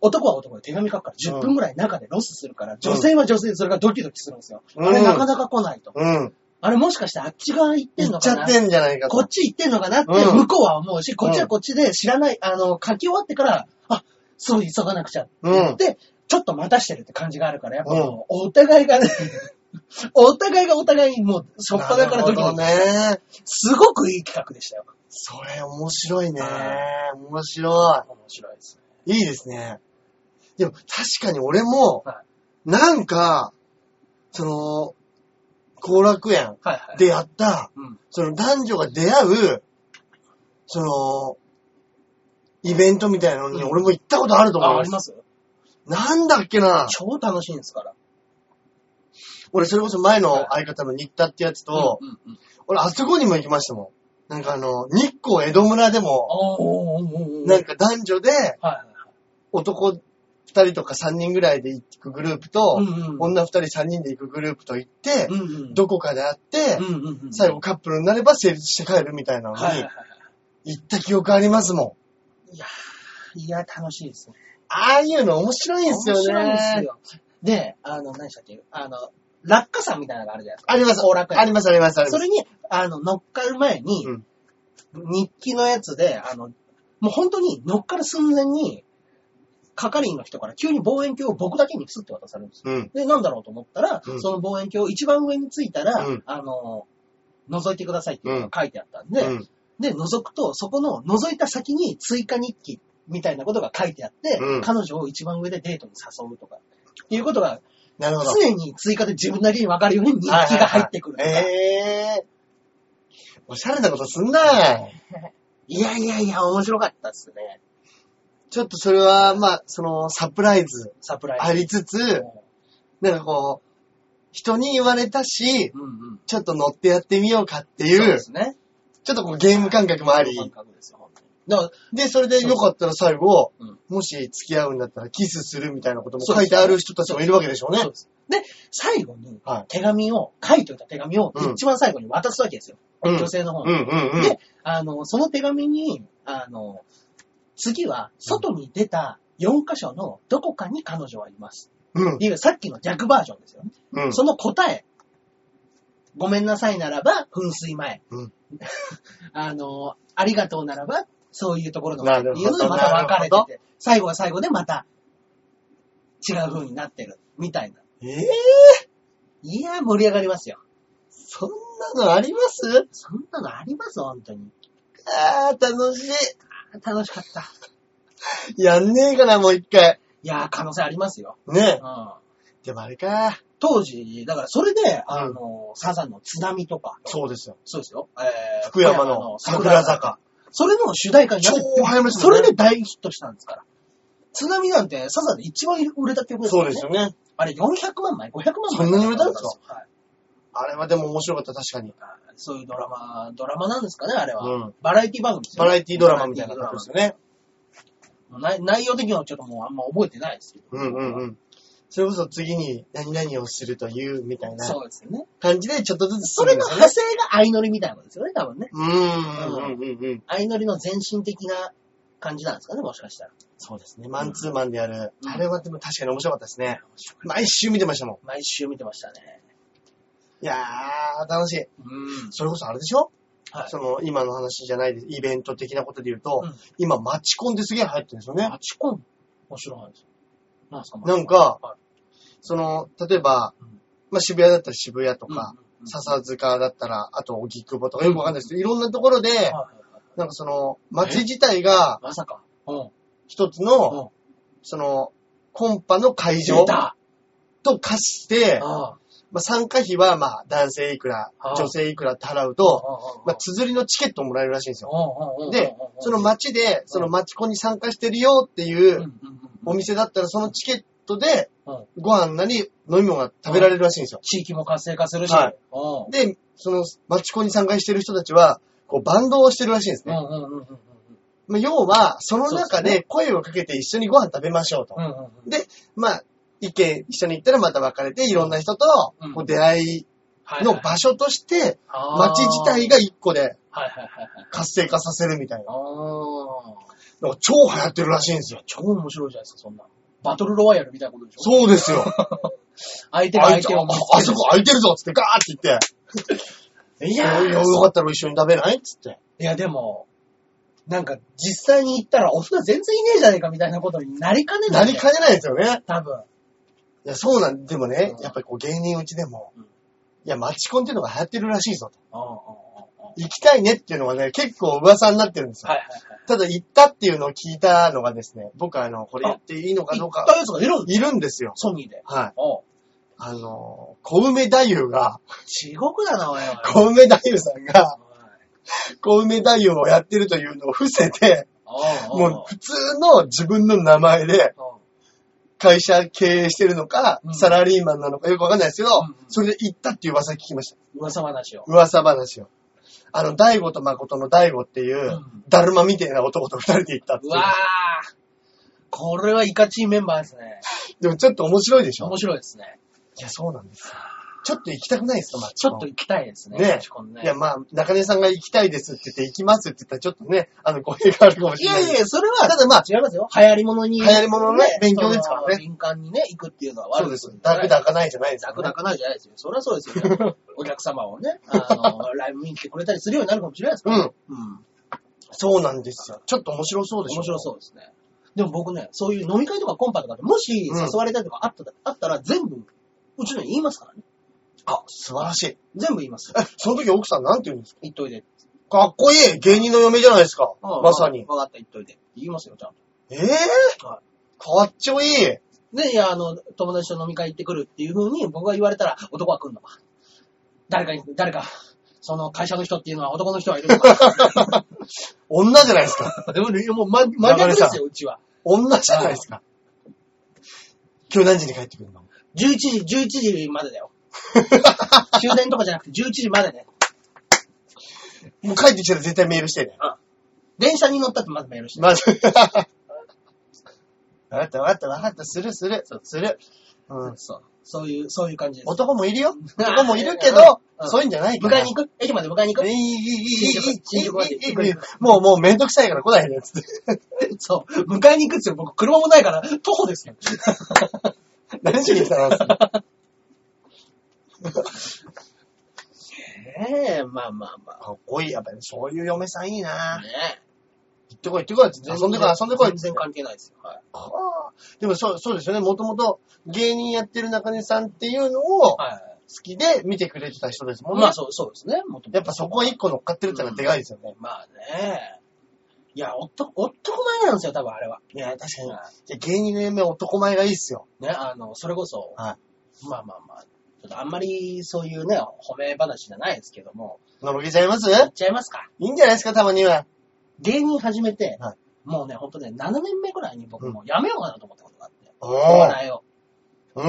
S1: 男は男で手紙書くから10分ぐらい中でロスするから、女性は女性でそれがドキドキするんですよ。
S2: うん
S1: あれなかなか来ないと。
S2: うん。
S1: あれもしかしてあっち側行ってん
S2: 行
S1: の
S2: っち
S1: か
S2: ゃ
S1: な
S2: ってんじゃないかと。
S1: こっち行ってんのかなって
S2: うん
S1: 向こうは思うし、こっちはこっちで知らない、あの、書き終わってから、あ、そう急がなくちゃって言って、ちょっと待たしてるって感じがあるから、やっぱもう、お互いがね、 お互いがお互いにもう、しょっぱなから
S2: な
S1: ド
S2: る
S1: キ
S2: ほ
S1: ド
S2: ど
S1: キ
S2: ね。
S1: すごくいい企画でしたよ。
S2: それ面白いね
S1: は。
S2: 面白
S1: 面白いですね。
S2: い。いいですね。でも確かに俺も
S1: は、
S2: なんか、その、後楽園
S1: はいはい。
S2: でやった、
S1: うん。
S2: その男女が出会う、その、イベントみたいなのに
S1: うん
S2: 俺も行ったことあると思
S1: あ、
S2: う
S1: あり。ます
S2: なんだっけな
S1: 超楽しいんですから。
S2: 俺それこそ前の相方の新田ってやつと、
S1: うんうんうん。
S2: 俺あそこにも行きましたもん。なんかあの、日光江戸村でも、
S1: おーおーおーおー
S2: なんか男女で、
S1: はいはい
S2: 男2人とか3人ぐらいで行くグループと、
S1: うんうん
S2: 女2人3人で行くグループと行って、
S1: うんうん。
S2: どこかで会って、
S1: うんうんうん。
S2: 最後カップルになれば成立して帰るみたいなの
S1: はいはい
S2: に
S1: は、
S2: 行った記憶ありますもん。
S1: い。いやーいや、楽しいですね。
S2: ああいうの面白いんですよね。
S1: 面白いんですよ。で、あの、何でしたっけあの、落下山みたいなのがあるじゃないですか。
S2: あります。
S1: 後楽園
S2: あります、あります、ありま
S1: そ
S2: す。
S1: れに、あの、乗っかる前に、
S2: うん
S1: 日記のやつで、あの、もう本当に乗っかる寸前に、係員の人から急に望遠鏡を僕だけにプスって渡されるんですよ。
S2: うん。
S1: で、なんだろうと思ったら、
S2: うん
S1: その望遠鏡を一番上についたら、
S2: うん
S1: あの、覗いてくださいっていうのが書いてあったんで、
S2: うん
S1: で、覗くと、そこの覗いた先に追加日記みたいなことが書いてあって、
S2: うん
S1: 彼女を一番上でデートに誘うとか、っていうことが
S2: なるほど。
S1: 常に追加で自分なりに分かるように日記が入ってくるとか、
S2: はいはいはいええおしゃれなことすんな。
S1: いやいやいや、面白かったっすね。
S2: ちょっとそれは、まあ、その、サプライズ
S1: サプライズ。
S2: ありつつ、なんかこう、人に言われたし、
S1: うんうん。
S2: ちょっと乗ってやってみようかってい
S1: そう
S2: う
S1: で、すね。
S2: ちょっとこうゲーム感覚もあり、
S1: 感覚ですよ、本当に。だから
S2: で、それでよかったら最後
S1: うん、
S2: もし付き合うんだったらキスするみたいなことも
S1: そう
S2: 書
S1: です
S2: いてある人たちもいるわけでしょうね
S1: そう。です。で、最後に
S2: はい、
S1: 手紙を、書いておいた手紙を
S2: うん、
S1: 一番最後に渡すわけですよ。
S2: うん
S1: 女性の方
S2: う
S1: に。
S2: んうんうん。
S1: で、あの、その手紙に、あの、次は、外に出た4箇所のどこかに彼女はいます。
S2: うん
S1: っていう、さっきの逆バージョンですよね。
S2: うん。
S1: その答え。ごめんなさいならば、噴水前。
S2: うん
S1: あの、ありがとうならば、そういうところの
S2: な
S1: 前って
S2: るほど
S1: いうのでまた分かれ
S2: なるほ
S1: てて、最後は最後でまた違う風になってる、みたいな。
S2: ええ
S1: いやー、盛り上がりますよ。
S2: そんなのあります
S1: そんなのあります、本当に。
S2: あー、楽し
S1: あー楽しかった。
S2: い。やんねえかな、もう一回。
S1: いやー、可能性ありますよ。う
S2: ね
S1: ん。
S2: え。でもあれか。
S1: 当時、だからそれで、あの、サザンの津波とか、
S2: そうですよ。
S1: そうですよ、えー
S2: 福山の桜坂。。
S1: それの主題歌になって
S2: 超流行りました
S1: そ
S2: もんね
S1: れで大ヒットしたんですから。津波なんてサザンで一番売れた曲です
S2: そ
S1: よ
S2: う
S1: ね。
S2: ですよね。
S1: あれ400万枚、500万枚。
S2: そんなに売れたんです
S1: かはい。
S2: あれはでも面白かった、確かに。
S1: そういうドラマ、ドラマなんですかね、あれは。
S2: うん
S1: バラエティ番組ですよ
S2: バラエティドラマみたいなことですよね。
S1: 内内容的にはちょっともうあんま覚えてないですけど。
S2: うんうんうん。それこそ次に何々をするというみたいな
S1: そうですよね。
S2: 感じでちょっとずつ
S1: それの派生が相乗りみたいなことですよね、多分ね。
S2: うんうんうんうん。
S1: 相乗りの前進的な感じなんですかね、もしかしたら。
S2: そうですね。マンツーマンでやる。
S1: うん
S2: あれはでも確かに面白かったですね。毎週見てましたも
S1: 毎週見てましたね。
S2: ん。いやー、楽しい。
S1: うん。
S2: それこそあれでしょ
S1: はい
S2: その、今の話じゃないですイベント的なことで言うと、
S1: うん
S2: 今、マチコンってすげえ流行ってるんですよね。
S1: マチコン面白いです。なんすか、マチコ
S2: な
S1: ン
S2: んか
S1: は、
S2: その、例えば
S1: うん、
S2: まあ、渋谷だったら渋谷と
S1: い
S2: か、
S1: うんうん
S2: 笹塚だったら、あと、荻窪とか、よくわかんないですけど、いろんなところで、
S1: はいはいはい
S2: なんかその、街自体が
S1: まさか。うん。
S2: 一つの、
S1: うん
S2: その、コンパの会
S1: 出
S2: 場
S1: た。
S2: と化して、
S1: あ
S2: まあ、参加費はまあ男性いくら
S1: あ、あ
S2: 女性いくらって払う
S1: あ
S2: と、まあ、つづりのチケットをもらえるらしいんですよ。で、その町で、その町コンに参加してるよっていう
S1: うんう
S2: ん
S1: うん
S2: お店だったら、そのチケットで
S1: うん
S2: ご飯なり飲み物が食べられるらしいんですよ。
S1: 地域も活性化するし。
S2: はい
S1: うん
S2: で、その町コンに参加してる人たちは、こうバンドをしてるらしいんです
S1: うん
S2: ね。
S1: うんうんうんうん
S2: まあ、要は、その中
S1: そうです
S2: で声をかけて一緒にご飯食べましょうと。
S1: うんうんうん。
S2: で、まあ、意見一緒に行ったらまた別れて、いろんな人と
S1: うん
S2: こう出会い
S1: はいは
S2: の
S1: い
S2: 場所として、
S1: あー
S2: 町自体が一個で
S1: はいはいはいはい。
S2: 活性化させるみたいな。
S1: ああ。
S2: なんか超流行ってるらしいんですよ。
S1: 超面白いじゃないですか、そんな。バトルロワイヤルみたいなことでしょ
S2: そうです よ。
S1: 相手が
S2: あい
S1: 相
S2: つ
S1: 手を
S2: あ
S1: 見
S2: あ
S1: つけ
S2: そ
S1: る
S2: こ空いてるぞっつってガーって言って。いやよよかったら一緒に食べないっつって。
S1: いや、でも、なんか、実際に行ったら、お船全然いねえじゃねえかみたいなことになりかねな。
S2: ないりかねないですよね。
S1: 多分。
S2: いや、そうなん、でもね、
S1: うん
S2: やっぱりこう芸人うちでも、
S1: うん
S2: いや、マチコンっていうのが流行ってるらしいぞと。
S1: うんうんうんうん
S2: 行きたいねっていうのがね、結構噂になってるんですよ。
S1: はいはいはい。
S2: ただ行ったっていうのを聞いたのがですね、僕はあの、これ言っていいのかどう
S1: 行った
S2: か、
S1: やつがいるんだ
S2: いるんですよ。
S1: ソニーで。
S2: はい。
S1: おう
S2: あの、小梅太夫が、
S1: 地獄だな、おい。おい
S2: 小梅太夫さんが、小梅太夫をやってるというのを伏せて、
S1: おうおう
S2: もう普通の自分の名前で
S1: おう
S2: 会社経営してるのか
S1: う、ん
S2: サラリーマンなのかよくわかんないですけど
S1: うんうん、
S2: それで行ったっていう噂聞きました。
S1: 噂話を。、
S2: 噂話を。あの、大悟と誠の大悟っていううんだるまみたいな男と二人で行ったって
S1: う
S2: いう。
S1: わー。これはイカチーメンバーですね。
S2: でもちょっと面白いでしょ
S1: 面白いですね。
S2: いや、そうなんですよ。ちょっと行きたくないですか、マッチ
S1: ち
S2: コ
S1: ょ
S2: ン
S1: っと行きたいですね。
S2: ね
S1: マチコンね
S2: いや、まあ、中根さんが行きたいですって言って、行きますって言ったら、ちょっとね、あの、語弊があるかもし
S1: い
S2: れな
S1: や
S2: い。
S1: いや、それは、
S2: ただまあ、
S1: 違いますよ。流行り物に。
S2: 流行り物のね勉強ですからね
S1: その敏感にね、行くっていうのは悪
S2: そ
S1: いう
S2: です。ダクダ
S1: ク。
S2: かないじゃないです
S1: ダ
S2: よ
S1: ク
S2: ね、
S1: ダクないじゃないですよ。それはそうですよ、ね。お客様をね、あの、ライブ見に来てくれたりするようになるかもしれないですから。
S2: うん。
S1: うん。
S2: そうなんですよ。ちょっと面白そうでしょ。
S1: 面白そうですね。でも僕ね、そういう飲み会とかコンパとかでもし
S2: うん
S1: 誘われたりとかあった,、あったら全部、うちのに言いますからね。
S2: あ、素晴らしい。
S1: 全部言います。
S2: え、その時奥さんなんて言うんです
S1: 言っといで。
S2: かかっこいい芸人の嫁じゃないですか。
S1: うん
S2: まさに。
S1: わかった、言っといで。言いますよ、ちゃんと。
S2: えぇ、
S1: は
S2: かっちょいい。
S1: で、いや、あの、友達と飲み会行ってくるっていう風に僕が言われたら、男は来んのか。誰かに、誰か、その会社の人っていうのは男の人はいるのか。
S2: 女じゃないですか。
S1: でもね、もう、ま、真逆ですよ、うちは。
S2: 女じゃないですか。今日何時に帰ってくるの
S1: 11時、11時までだよ。終電とかじゃなくて11時までね。
S2: もう帰ってきたら絶対メールしてね。
S1: 電車に乗ったってまずメールして。
S2: まず、わかったわかったわかった、するする、する。うん。
S1: そう。そういう、そういう感じです。
S2: 男もいるよ。
S1: あー
S2: 男もいるけ
S1: うん
S2: ど、
S1: うん
S2: そういうんじゃないから。
S1: 迎えに行く駅まで迎えに行
S2: い
S1: く
S2: い、いい、いい、いい、いい、いい、いい、いい
S1: 新宿まで
S2: いいいいもう、もうめんどくさいから来ないで、つって。
S1: そう。迎えに行くっすよ。僕、車もないから、徒歩ですよ。
S2: 何しに来たのつって
S1: ねえ、まあまあま
S2: かっこいい。やっぱりそういう嫁さんいい
S1: あ。
S2: な
S1: ね
S2: 行ってこい、行ってこい、つっ
S1: え
S2: て。遊んでこい、遊んでこい、
S1: 全
S2: つっ
S1: 然
S2: て。
S1: 関係ないですよ。はい。
S2: はあでもそう、そうですよね。もともと芸人やってる中根さんっていうのを好
S1: はい。
S2: きで見てくれてた人ですもんね
S1: まあ。そう、そうですね。もともと
S2: やっぱそこは一個乗っかってるってのはでかいですよね。
S1: まあね。いや、男、男前なんですよ、多分あれは。
S2: いや、確かに。いや芸人の夢は男前がいいっすよ。
S1: ね、あの、それこそ、
S2: は
S1: まあまあまあ、ちょっとあんまりそういうね、褒め話じゃないですけども、
S2: のろけちゃいます
S1: やっ
S2: い
S1: ちゃいますか。
S2: いんじゃないですか、たまには。
S1: 芸人始めて、
S2: はい
S1: もうね、ほんとね、7年目くらいに僕もうやめようかなと思ったことがあって、
S2: お
S1: お笑いを。
S2: うん。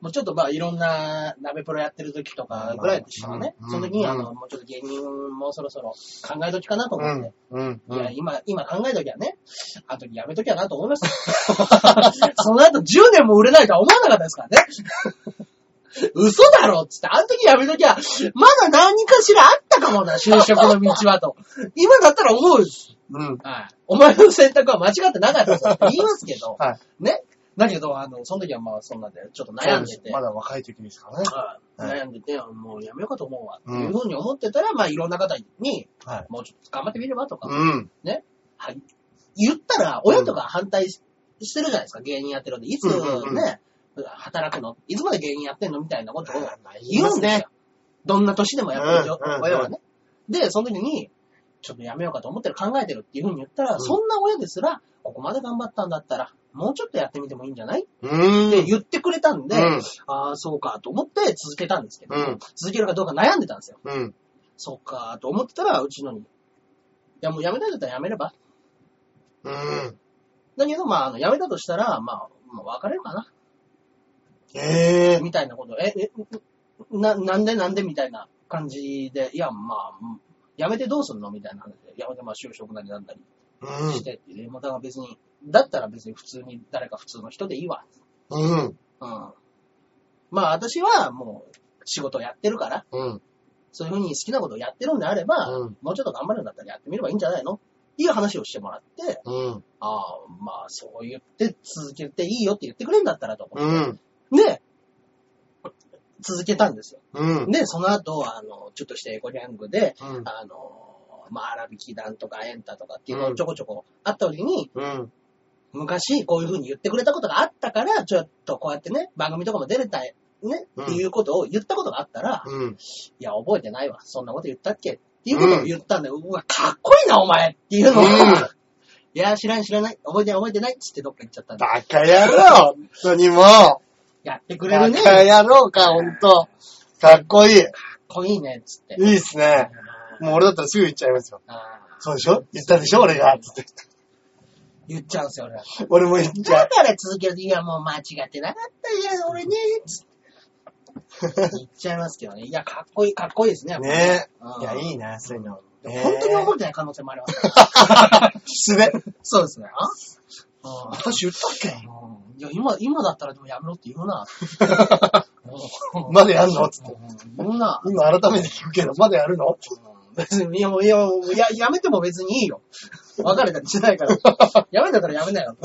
S1: もうちょっとまあいろんな鍋プロやってる時とかぐらいでしたかね。
S2: うん
S1: その時に
S2: うん
S1: あの、もうちょっと芸人もそろそろ考え時かなと
S2: う
S1: 思って
S2: ん。。うん。
S1: いや、
S2: う
S1: 今、今考えときゃね、あとやめときゃなと思いました。 その後10年も売れないとは思わなかったですからね。 嘘だろっつって、あの時やめときゃ、まだ何かしらあったかもな、就職の道 はと。今だったら思うし、
S2: ん。
S1: はい。お前の選択は間違ってなかったぞって言いますけど、
S2: はい
S1: ね。だけど、あの、その時はまあそんなんで、ちょっと
S2: そ
S1: 悩
S2: うんで
S1: ですて。
S2: まだ若い時ですからね。
S1: はい
S2: はい
S1: 悩んでて、もうやめようかと思うわ。っていうふうに思ってたら、まあいろんな方に、
S2: はい。
S1: もうちょっと頑張ってみればとか、
S2: うん。
S1: はい。言ったら、親とか反対し,、てるじゃないですか、芸人やってるんで。いつね、
S2: うんうん
S1: 働くのいつまで芸人やってんのみたいなことを
S2: まあ
S1: 言うんですよ。
S2: 言いますね
S1: どんな年でもやってるよ、
S2: うんうんうん
S1: 親はね。で、その時に、ちょっとやめようかと思ってる、考えてるっていうふうに言ったら、
S2: うん
S1: そんな親ですら、ここまで頑張ったんだったら、もうちょっとやってみてもいいんじゃないっ
S2: うーん。
S1: て言ってくれたんで、
S2: うん
S1: ああ、そうかと思って続けたんですけど、
S2: うん
S1: 続けるかどうか悩んでたんですよ。
S2: うん。
S1: そうかと思ってたら、うちのに、いやもうやめたいんだったらやめれば。
S2: うん。
S1: だけど、まあ、あのやめたとしたら、まあ、まあ、別れるかな。
S2: ええ。
S1: みたいなこと、え、え、な、なんでなんでみたいな感じで、いや、まあ、うんやめてどうすんのみたいな話で、やめてまあ就職なりなんだり
S2: うん
S1: してっていうね、また別に、だったら別に普通に誰か普通の人でいいわ。
S2: うん。
S1: うん。まあ私はもう仕事をやってるから、
S2: うん。
S1: そういうふうに好きなことをやってるんであれば、
S2: うん
S1: もうちょっと頑張るんだったらやってみればいいんじゃないのっていう話をしてもらって、
S2: うん。
S1: ああ、まあそう言って続けていいよって言ってくれるんだったらと思
S2: う
S1: って。
S2: ん。
S1: で、続けたんですよ。
S2: うん。
S1: で、その後、あの、ちょっとしたエコギャングで、
S2: うん。
S1: あの、まあ、荒引き団とかエンタとかっていうのをちょこちょこあった時に、
S2: うん。
S1: 昔こういう風に言ってくれたことがあったから、ちょっとこうやってね、番組とかも出れたね、
S2: うん
S1: っていうことを言ったことがあったら、
S2: うん。
S1: いや、覚えてないわ。そんなこと言ったっけっていうことを言ったんで、うわ、かっこいいな、お前っていうのを、
S2: うん
S1: いや、知らん知らない、覚えてない覚えてないっつってどっか行っちゃったんで、
S2: バカ野郎本当にもう
S1: やってくれ
S2: バ
S1: るね、
S2: カ
S1: かっ
S2: 野郎か、本当かっこいい。い
S1: こいいね、っつって。
S2: いっすね。もう俺だったらすぐ言っちゃいますよ。
S1: あー
S2: そうでしょ言ったでしょ俺が。つって。
S1: 言っちゃうんですよ、俺は。
S2: 俺も言っちゃ
S1: だ
S2: う。
S1: から続けると、いや、もう間違ってなかったじゃん、 俺ね、つって。言っちゃいますけどね。いや、かっこいい、かっこいいですね。やっぱり
S2: ね
S1: う
S2: え。
S1: ん
S2: いや、いいな、そういうの。
S1: でも本当に覚
S2: る。
S1: えてない可能性もありますから。
S2: すべ。
S1: そうですね。あ
S2: 私言ったっ
S1: うんいや、今、今だったらでもやめろって言う な。うん
S2: まだやんのつって。
S1: うん言うな。
S2: 今改めて聞くけど、まだやるの
S1: うん別に、いや、もういや、もうや、やめても別にいいよ。別れたりしない から。やめたからやめなよ。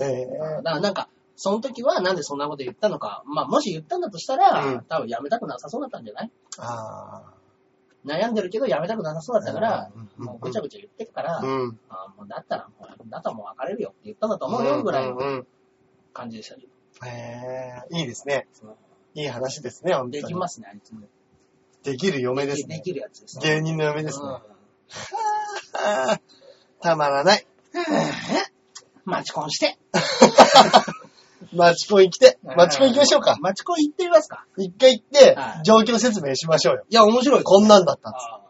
S2: ええ。
S1: だからなんか、その時はなんでそんなこと言ったのか。まあ、もし言ったんだとしたら、
S2: うん
S1: 多分やめたくなさそうだったんじゃない
S2: あ
S1: 悩んでるけどやめたくなさそうだったから、
S2: うん
S1: もうぐちゃぐちゃ言ってるから、
S2: あ。うん。
S1: あもうだったらもう、だったらもう別れるよって言ったんだと思うよぐらい
S2: うん
S1: の
S2: うん
S1: 感じでしたけど。
S2: うん。ええ。いいですね。いい話ですね、本当
S1: で
S2: に。
S1: きますね、あいつも。
S2: できる嫁です
S1: で
S2: ね。
S1: きるやつですね。
S2: 芸人の嫁ですね。
S1: うん
S2: あーたまらない。
S1: マチコンして。
S2: マチコン行きて。マチコン行きましょうか。
S1: マチコン行ってみますか
S2: 一回行って
S1: は、い
S2: 状況説明しましょうよ。
S1: いや、面白いです
S2: こんなんだったっ
S1: あ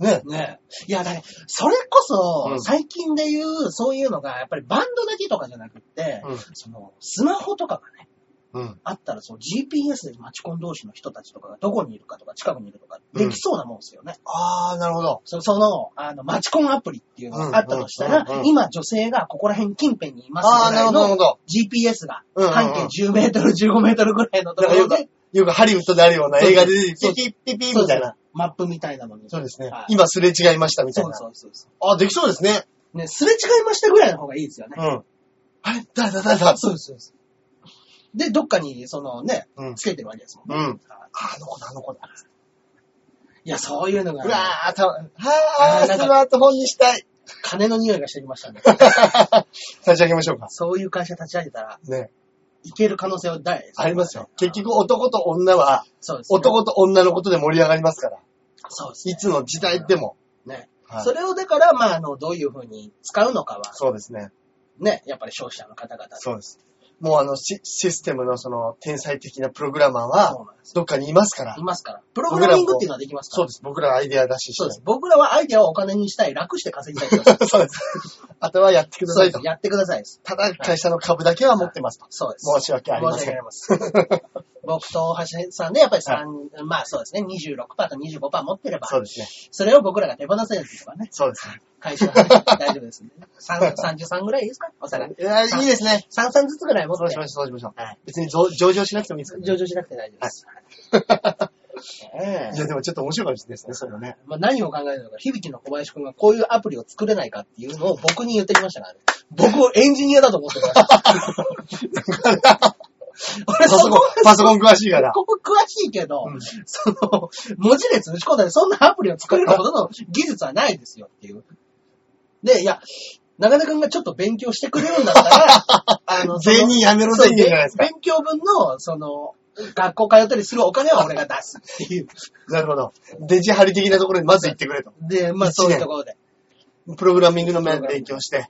S2: つって。ね。
S1: ーねえ。いや、だからそれこ
S2: う
S1: そ、
S2: ん
S1: 最近で言う、そういうのが、やっぱりバンドだけとかじゃなくって、
S2: うん
S1: その、スマホとかがね、
S2: うん。
S1: あったら、その GPS でマチコン同士の人たちとかがどこにいるかとか、近くにいるとか、できそうなもんですよね。
S2: あー、なるほど。
S1: そその、あの、マチコンアプリっていうのがあったとした
S2: うんうんうん
S1: ら
S2: う、ん
S1: 今女性がここら辺近辺にいます
S2: あー、
S1: ぐ
S2: なる
S1: らい
S2: ほど、なる
S1: の
S2: ほど。
S1: GPS が、
S2: うんうんうん
S1: 半径10メートル、15メートルぐらいのと
S2: だから
S1: こ
S2: よ
S1: ろ
S2: く
S1: で、、
S2: よくハリウッドであるような映画で出てき
S1: そう
S2: て、ピッピッピッピッみたいな。。
S1: マップみたいなのに。
S2: そうですね
S1: はい。
S2: 今すれ違いましたみたい
S1: そう
S2: な。
S1: そうそうそ
S2: あ、できそうですね。
S1: う。ね、すれ違いましたぐらいの方がいいですよね
S2: う。ん。あれ誰だ誰だ
S1: そうです、そうです。で、どっかに、そのね、
S2: うん
S1: つけてるわけですもんね。
S2: うん。
S1: ああの子だ、あの子だ。いや、そういうのが
S2: う
S1: ね、
S2: わー、たま、は
S1: あー
S2: ー、
S1: なんか
S2: スマートフォンにしたい。
S1: 金の匂いがしてきましたね。
S2: 差し上げましょうか。
S1: そういう会社立ち上げたら、
S2: ね。
S1: いける可能性は大です、
S2: ありますよ。結、局男と女は、
S1: そうです、ね。
S2: 男と女のことで盛り上がりますから。
S1: そうです、ね。
S2: いつの時代でも。
S1: ね。
S2: はい
S1: それをだから、まあ、あの、どういうふうに使うのかは、
S2: そうですね。
S1: ね、やっぱり消費者の方々で
S2: そうです。もうあのシ、システムのその、天才的なプログラマーは
S1: そうなんで、す
S2: どっかにいますから
S1: い。ますから。プログラミングっていうのはできますから。
S2: そうです。僕らアイデア出しして。
S1: そうです。僕らはアイデアをお金にしたい。楽して稼ぎたい人で す。
S2: そうです。あとはやってくだ
S1: そ
S2: さ
S1: う
S2: い
S1: です
S2: と。
S1: やってくださいです。
S2: ただ、会社の株だけは持ってますと。
S1: そうです。
S2: 申し訳ありません
S1: 申し訳ありません。僕と大橋さんで、やっぱり3、まあそうですね、26%と25%持ってれば、
S2: そうですね。
S1: それを僕らが手放せるっていうのはね、
S2: そうですね。
S1: 会社はね大丈夫で すね。3 33ぐらいいいですかお互い。
S2: いやいいですね。
S1: 3、3ずつぐらい持っ
S2: そう
S1: て
S2: し、ましょう、そうしましょう。
S1: はい
S2: 別に上上場しなくてもいいですから
S1: 上
S2: ね、
S1: 場しなくて大丈夫です。ね
S2: い
S1: え
S2: や、でもちょっと面白いかもしれないですね、それはね。
S1: まあ、何を考えるのか、響の小林くんがこういうアプリを作れないかっていうのを僕に言ってきましたからね。僕をエンジニアだと思ってま した。俺
S2: パ
S1: そ
S2: ソコン
S1: こ、
S2: パソコン詳しいから。
S1: ここ詳しいけど、
S2: うん
S1: その、文字列打ち込んだり、そんなアプリを作れるほどの技術はないですよっていう。で、いや、中田くんがちょっと勉 強してくれるんだったら、あの、その
S2: 全員やめろ宣言じゃないですか
S1: そう勉強分の、その、学校通ったりするお金は俺が出すっていう。
S2: なるほど。デジハリ的なところにまず行ってくれと。
S1: で、まあそういうところで。
S2: プログラミングの面勉強して。
S1: はい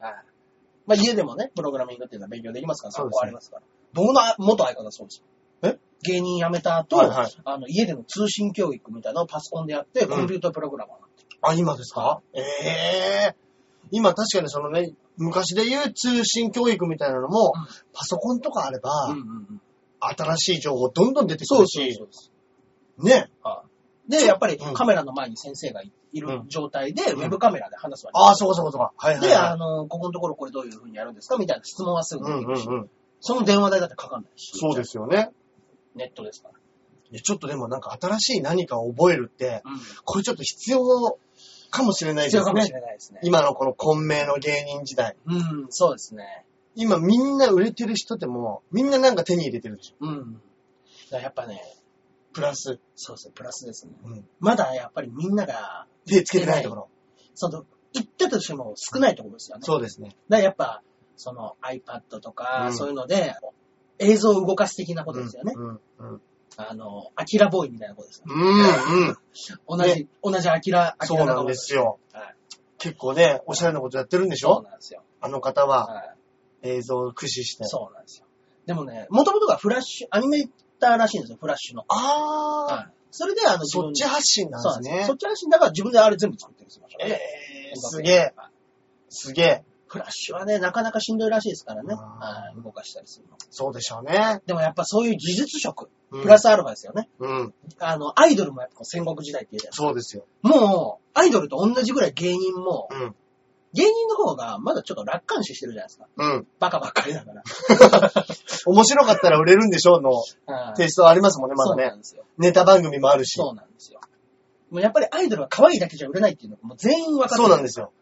S1: まあ家でもね、プログラミングっていうのは勉強できますから、
S2: そう
S1: 参
S2: ですね
S1: 考ありますから。僕の元相方はそうですよ。
S2: え
S1: 芸人辞めた後、
S2: はいはい
S1: あの家での通信教育みたいなのをパソコンでやって、
S2: ん
S1: コンピュータープログラマーになってる
S2: あ、今ですかええ今確かにそのね、昔で言う通信教育みたいなのも、
S1: うん
S2: パソコンとかあれば、
S1: うんうんうん
S2: 新しい情報どんどん出てく
S1: そう
S2: る
S1: そう
S2: し、
S1: そうです。
S2: ね。
S1: はいで、やっぱり
S2: うん
S1: カメラの前に先生がいいる状態で、
S2: ん
S1: ウェブカメラで話すわけ
S2: ああ、そうかそうかそうか。はいはい、
S1: で、あ
S2: は
S1: の、ここのところこれどういう風にやるんですかみたいな質問はす
S2: い。
S1: ぐ
S2: う
S1: 出
S2: ん
S1: て
S2: う
S1: くるし、
S2: んうん。
S1: その電話代だってかかんないし。
S2: そうですよね。
S1: ネットですから。
S2: いやちょっとでもなんか新しい何かを覚えるって、
S1: うん。
S2: これちょっと必要かもしれないで
S1: 必要
S2: す
S1: かも
S2: ね
S1: し。れないですね。
S2: 今のこの混迷の芸人時代。
S1: うん、そうですね。
S2: 今みんな売れてる人でも、みんななんか手に入れてるでしょ。
S1: うん。だからやっぱね、
S2: プラス、
S1: そうですね、プラスですね。
S2: うん
S1: まだやっぱりみんなが、
S2: 手つけてないところ。
S1: その、言ったとしても少ないところですよね。
S2: そうですね。
S1: だからやっぱ、その iPad と
S2: う
S1: か、
S2: ん
S1: そういうので、映像を動かす的なことですよね。
S2: うん。うん。
S1: あの、アキラボーイみたいなことですよ。
S2: うん。うん。
S1: 同じ、同じアキラ、アキ
S2: そ
S1: ラ
S2: うな
S1: 仲
S2: ん
S1: 間
S2: ですよ。
S1: はい。
S2: 結構ね、おしゃれなことやってるんでし
S1: そう
S2: ょ
S1: なんですよ。
S2: あの方は
S1: はい。
S2: 映像を駆使して。
S1: そうなんですよ。でもね、もともとがフラッシュ、アニメーターらしいんですよ、フラッシュの。
S2: ああ、
S1: はい。それで、あの、自
S2: そ
S1: 分
S2: っ
S1: で
S2: ち発信な
S1: そうなん
S2: ん
S1: で
S2: です
S1: よ
S2: す
S1: そ
S2: ね
S1: っ。ちらしいんだから自分であれ全部作ってるんですよ。
S2: ええー、すげえ。
S1: はい
S2: すげえ。
S1: フラッシュはね、なかなかしんどいらしいですから
S2: あ
S1: ね。
S2: ー
S1: はい動かしたりするの。
S2: そうでしょうね。
S1: でもやっぱそういう技術職、
S2: うん
S1: プラスアルファですよね。
S2: うん。
S1: あの、アイドルもやっぱこう戦国時代って言うじゃないです
S2: そうですよ。
S1: か。もう、アイドルと同じぐらい芸人も、
S2: うん。
S1: 芸人の方がまだちょっと楽観視してるじゃないですか。
S2: うん。
S1: バカばっかりだから。
S2: 面白かったら売れるんでしょうの
S1: はい
S2: テイストはありますもんね、ま
S1: そ
S2: だ
S1: うな
S2: ね
S1: ん。ですよ。
S2: ネタ番組もあるし。
S1: そうなんですよ。もうやっぱりアイドルは可愛いだけじゃ売れないっていうのがもう全員分かってる
S2: そうなんですよ。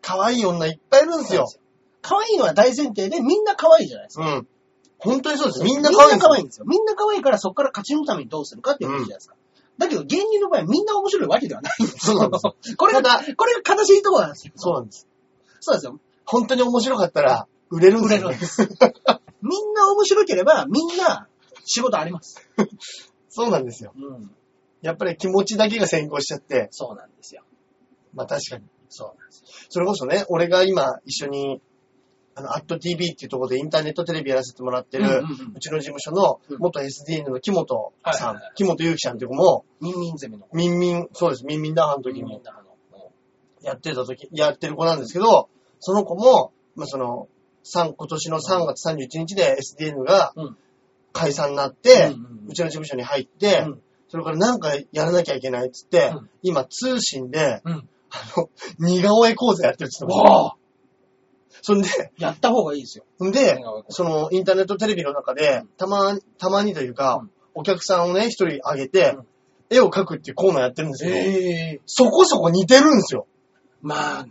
S2: 可愛い女いっぱいいるんですよ。
S1: 可愛いのは大前提でみんな可愛いじゃないですか。
S2: うん。本当にそうです。みんな可愛いんですよ。
S1: んですよ。みんな可愛いからそこから勝ちのためにどうするかっていう話じゃないですか。だけど芸人の場合はみんな面白いわけではないんです
S2: そうなんですよ
S1: よ。これが、これが悲しいところなんですよ。
S2: そうなんです。
S1: そうですよ。
S2: 本当に面白かったら売れるん
S1: 売
S2: です
S1: れる
S2: よ、
S1: ん
S2: ね。
S1: です。みんな面白ければみんな仕事あります。
S2: そうなんですよ。
S1: うん。
S2: やっぱり気持ちだけが先行しちゃって、
S1: そうなんですよ。
S2: まあ確かに。
S1: そうなんですよ。
S2: それこそね、俺が今一緒に、あの、@tv っていうところでインターネットテレビやらせてもらってる、う
S1: うんうんうん
S2: ちの事務所の
S1: うん
S2: 元 SDN の木本さ
S1: はい
S2: ん
S1: はいはい、
S2: 木本祐希さんっていう子も、
S1: ミンミンゼミの。
S2: ミンミン、そうです、ミンミンダハの
S1: ミ
S2: 時
S1: ンミ
S2: も
S1: ンの。も
S2: やってた時、やってる子なんですけど、その子も、まあその、三今年の3月31日で SDN が
S1: うん
S2: 解散になって、
S1: うん
S2: う
S1: うんうん
S2: ちの事務所に入って、
S1: うん
S2: それからなんかやらなきゃいけないっつって、
S1: うん
S2: 今通信で、
S1: ううん。
S2: あの、似顔絵講座やってるっつってました
S1: わあ
S2: そんで、
S1: やった方がいいですよ。
S2: んで
S1: 似顔絵講、座
S2: そのインターネットテレビの中で、たま、たまにというか、
S1: うん
S2: お客さんをね、一人あげて、絵を描くっていうコーナーやってるんですけど、
S1: ええ
S2: そこそこ似てるんですよ。
S1: まあね。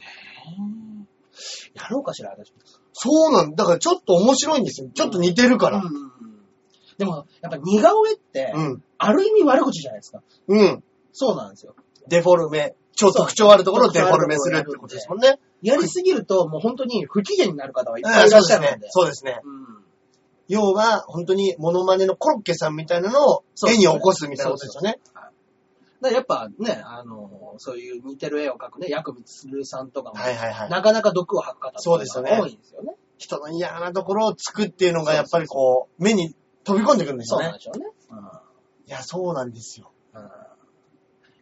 S1: やろうかしら、私。
S2: そうなんだ。からちょっと面白いんですよ。ちょっと似てるから。
S1: うんうんうんでも、やっぱ似顔絵って、
S2: うん。
S1: ある意味悪口じゃないですか。
S2: うん。
S1: そうなんですよ。
S2: デフォルメ。超特徴あるところをデフォルメするってことですもんね。
S1: やりすぎると、もう本当に不機嫌になる方はいっ
S2: うん
S1: ぱいい
S2: そ
S1: らっ
S2: う
S1: し
S2: で
S1: ゃ
S2: す
S1: るの
S2: ね
S1: で。。
S2: そうですね。
S1: うん
S2: 要は、本当にモノマネのコロッケさんみたいなのを絵に起こすみたいなことですよね。
S1: だからやっぱね、あの、そういう似てる絵を描くね、薬光するさんとかも、
S2: はいはいはい。
S1: なかなか毒を吐く方とか
S2: そうですよね
S1: 多いんですよね。
S2: 人の嫌なところをつくっていうのが、やっぱりこう、目に飛び込んでくるんですよ
S1: そうなん
S2: ね
S1: で。しょうね。うん
S2: いや、そうなんですよ。
S1: うん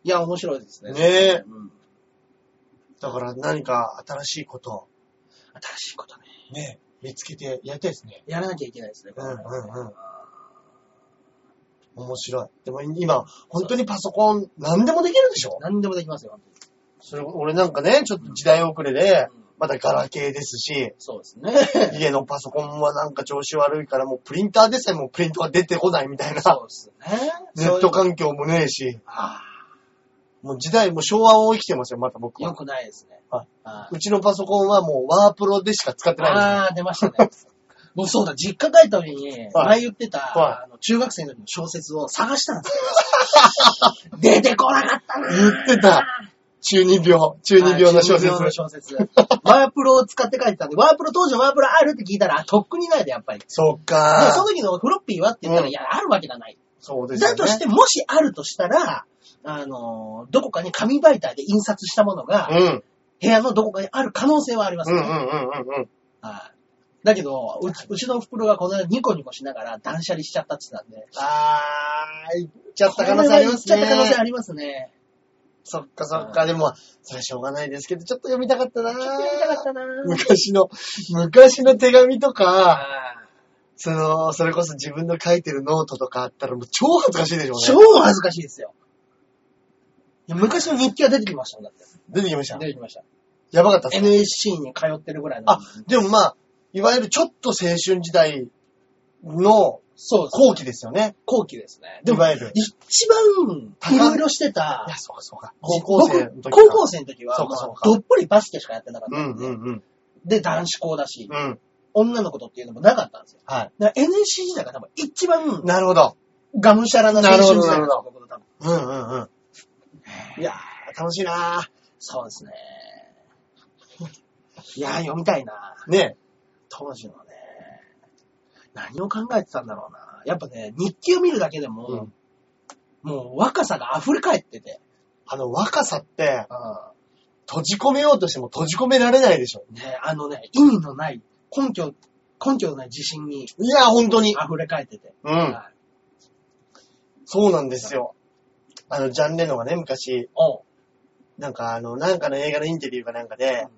S1: いや、面白いですね。
S2: ねえ
S1: うん
S2: だから何か新しいことを
S1: 新しいことね。
S2: ね、見つけてやりたいですね。
S1: やらなきゃいけないですね。これはね
S2: うんうんうん面白い。でも今、本当にパソコン何でもできるでしょ
S1: 何でもできますよ、本当に
S2: それ俺なんかね、ちょっと時代遅れで
S1: うん、
S2: まだガラケーですし、
S1: そうです ね。
S2: 家のパソコンはなんか調子悪いから、もうプリンターでさえもうプリントが出てこないみたい
S1: そ
S2: な
S1: う、ですね。
S2: ネット環境もねえし、
S1: あ
S2: もう時代、もう昭和を生きてますよ、また僕
S1: あ、よ
S2: は。
S1: くないですね。
S2: は
S1: あ
S2: うちのパソコンはもうワープロでしか使ってないんで
S1: あー、出ました ね。もうそうだ、実家帰った時に、
S2: はい
S1: 前言ってた、
S2: は
S1: あの中学生の時 の小説を探したんですよ。出てこなかったな
S2: すよ。言ってた。中二病、中二病の小説。
S1: 中二病の小説。ワープロを使って書いてたんで、ワープロ当時ワープロあるって聞いたら、あとっくにないで、やっぱり。で、
S2: そっか
S1: その時のフロッピーはって言った
S2: う
S1: ら、
S2: ん
S1: いや、あるわけがない。
S2: そうですよ
S1: だ
S2: ね。
S1: として、もしあるとしたら、あの、どこかに紙媒体で印刷したものが、
S2: うん。
S1: 部屋のどこかにある可能性はあります
S2: うんうん
S1: ね。
S2: うんうんうん。
S1: はいだけど、うちうちの袋がこの間ニコニコしながら断捨離しちゃったって言ってたんで。
S2: あー、行っちゃった可能性ありますね。
S1: これは言っちゃった可能性ありますね。
S2: そっかそっか。でも、それはしょうがないですけど、ちょっと読みたかったな
S1: ちょっとやりたかったな
S2: 昔の、昔の手紙とか、
S1: あ
S2: その、それこそ自分の書いてるノートとかあったらもう超恥ずかしいでしょ
S1: ー
S2: う
S1: 超
S2: ね。
S1: 恥ずかしいですよ。いや昔の日記が出てきましたもん、だって。
S2: 出てきました。
S1: 出てきました。
S2: やばかったっす
S1: NSC に通ってるぐらいの。
S2: あ、でもまあ、いわゆるちょっと青春時代の
S1: そうです。
S2: 後期ですよね。
S1: 後期ですね。で
S2: い
S1: も、
S2: わゆる。
S1: 一番、いろいろしてた
S2: いや、、そうかそうか。高校
S1: 僕
S2: 生の時か。
S1: 高校生の時は、
S2: そうか
S1: まあ
S2: そうか
S1: どっぷりバスケしかやってなかった
S2: うんん
S1: で、
S2: うんうん。
S1: で、男子校だし、
S2: うん。
S1: 女の子とっていうのもなかったんですよ。
S2: は
S1: だから NSC 時代が多分一番
S2: い。なるほど。
S1: がむしゃらな青春時代だった僕の多分。
S2: うんうんうん。いやー、楽しいな
S1: そうですね。いやー、読みたいな。
S2: ー。ね
S1: 当時のね。何を考えてたんだろうな。やっぱね、日記を見るだけでも、
S2: うん
S1: もう若さが溢れ返ってて。
S2: あの若さって、
S1: う
S2: 閉じ込めようとしても閉じ込められないでしょ。
S1: ん。ね、あのね、意味のない、根拠、根拠のない自信に
S2: いやー、本当に。
S1: 溢れ返ってて。
S2: うん。
S1: はい
S2: そうなんですよ。あの、ジャンレノがね、昔、
S1: おう
S2: なんかあの、なんかの映画のインタビューかなんかで、
S1: うん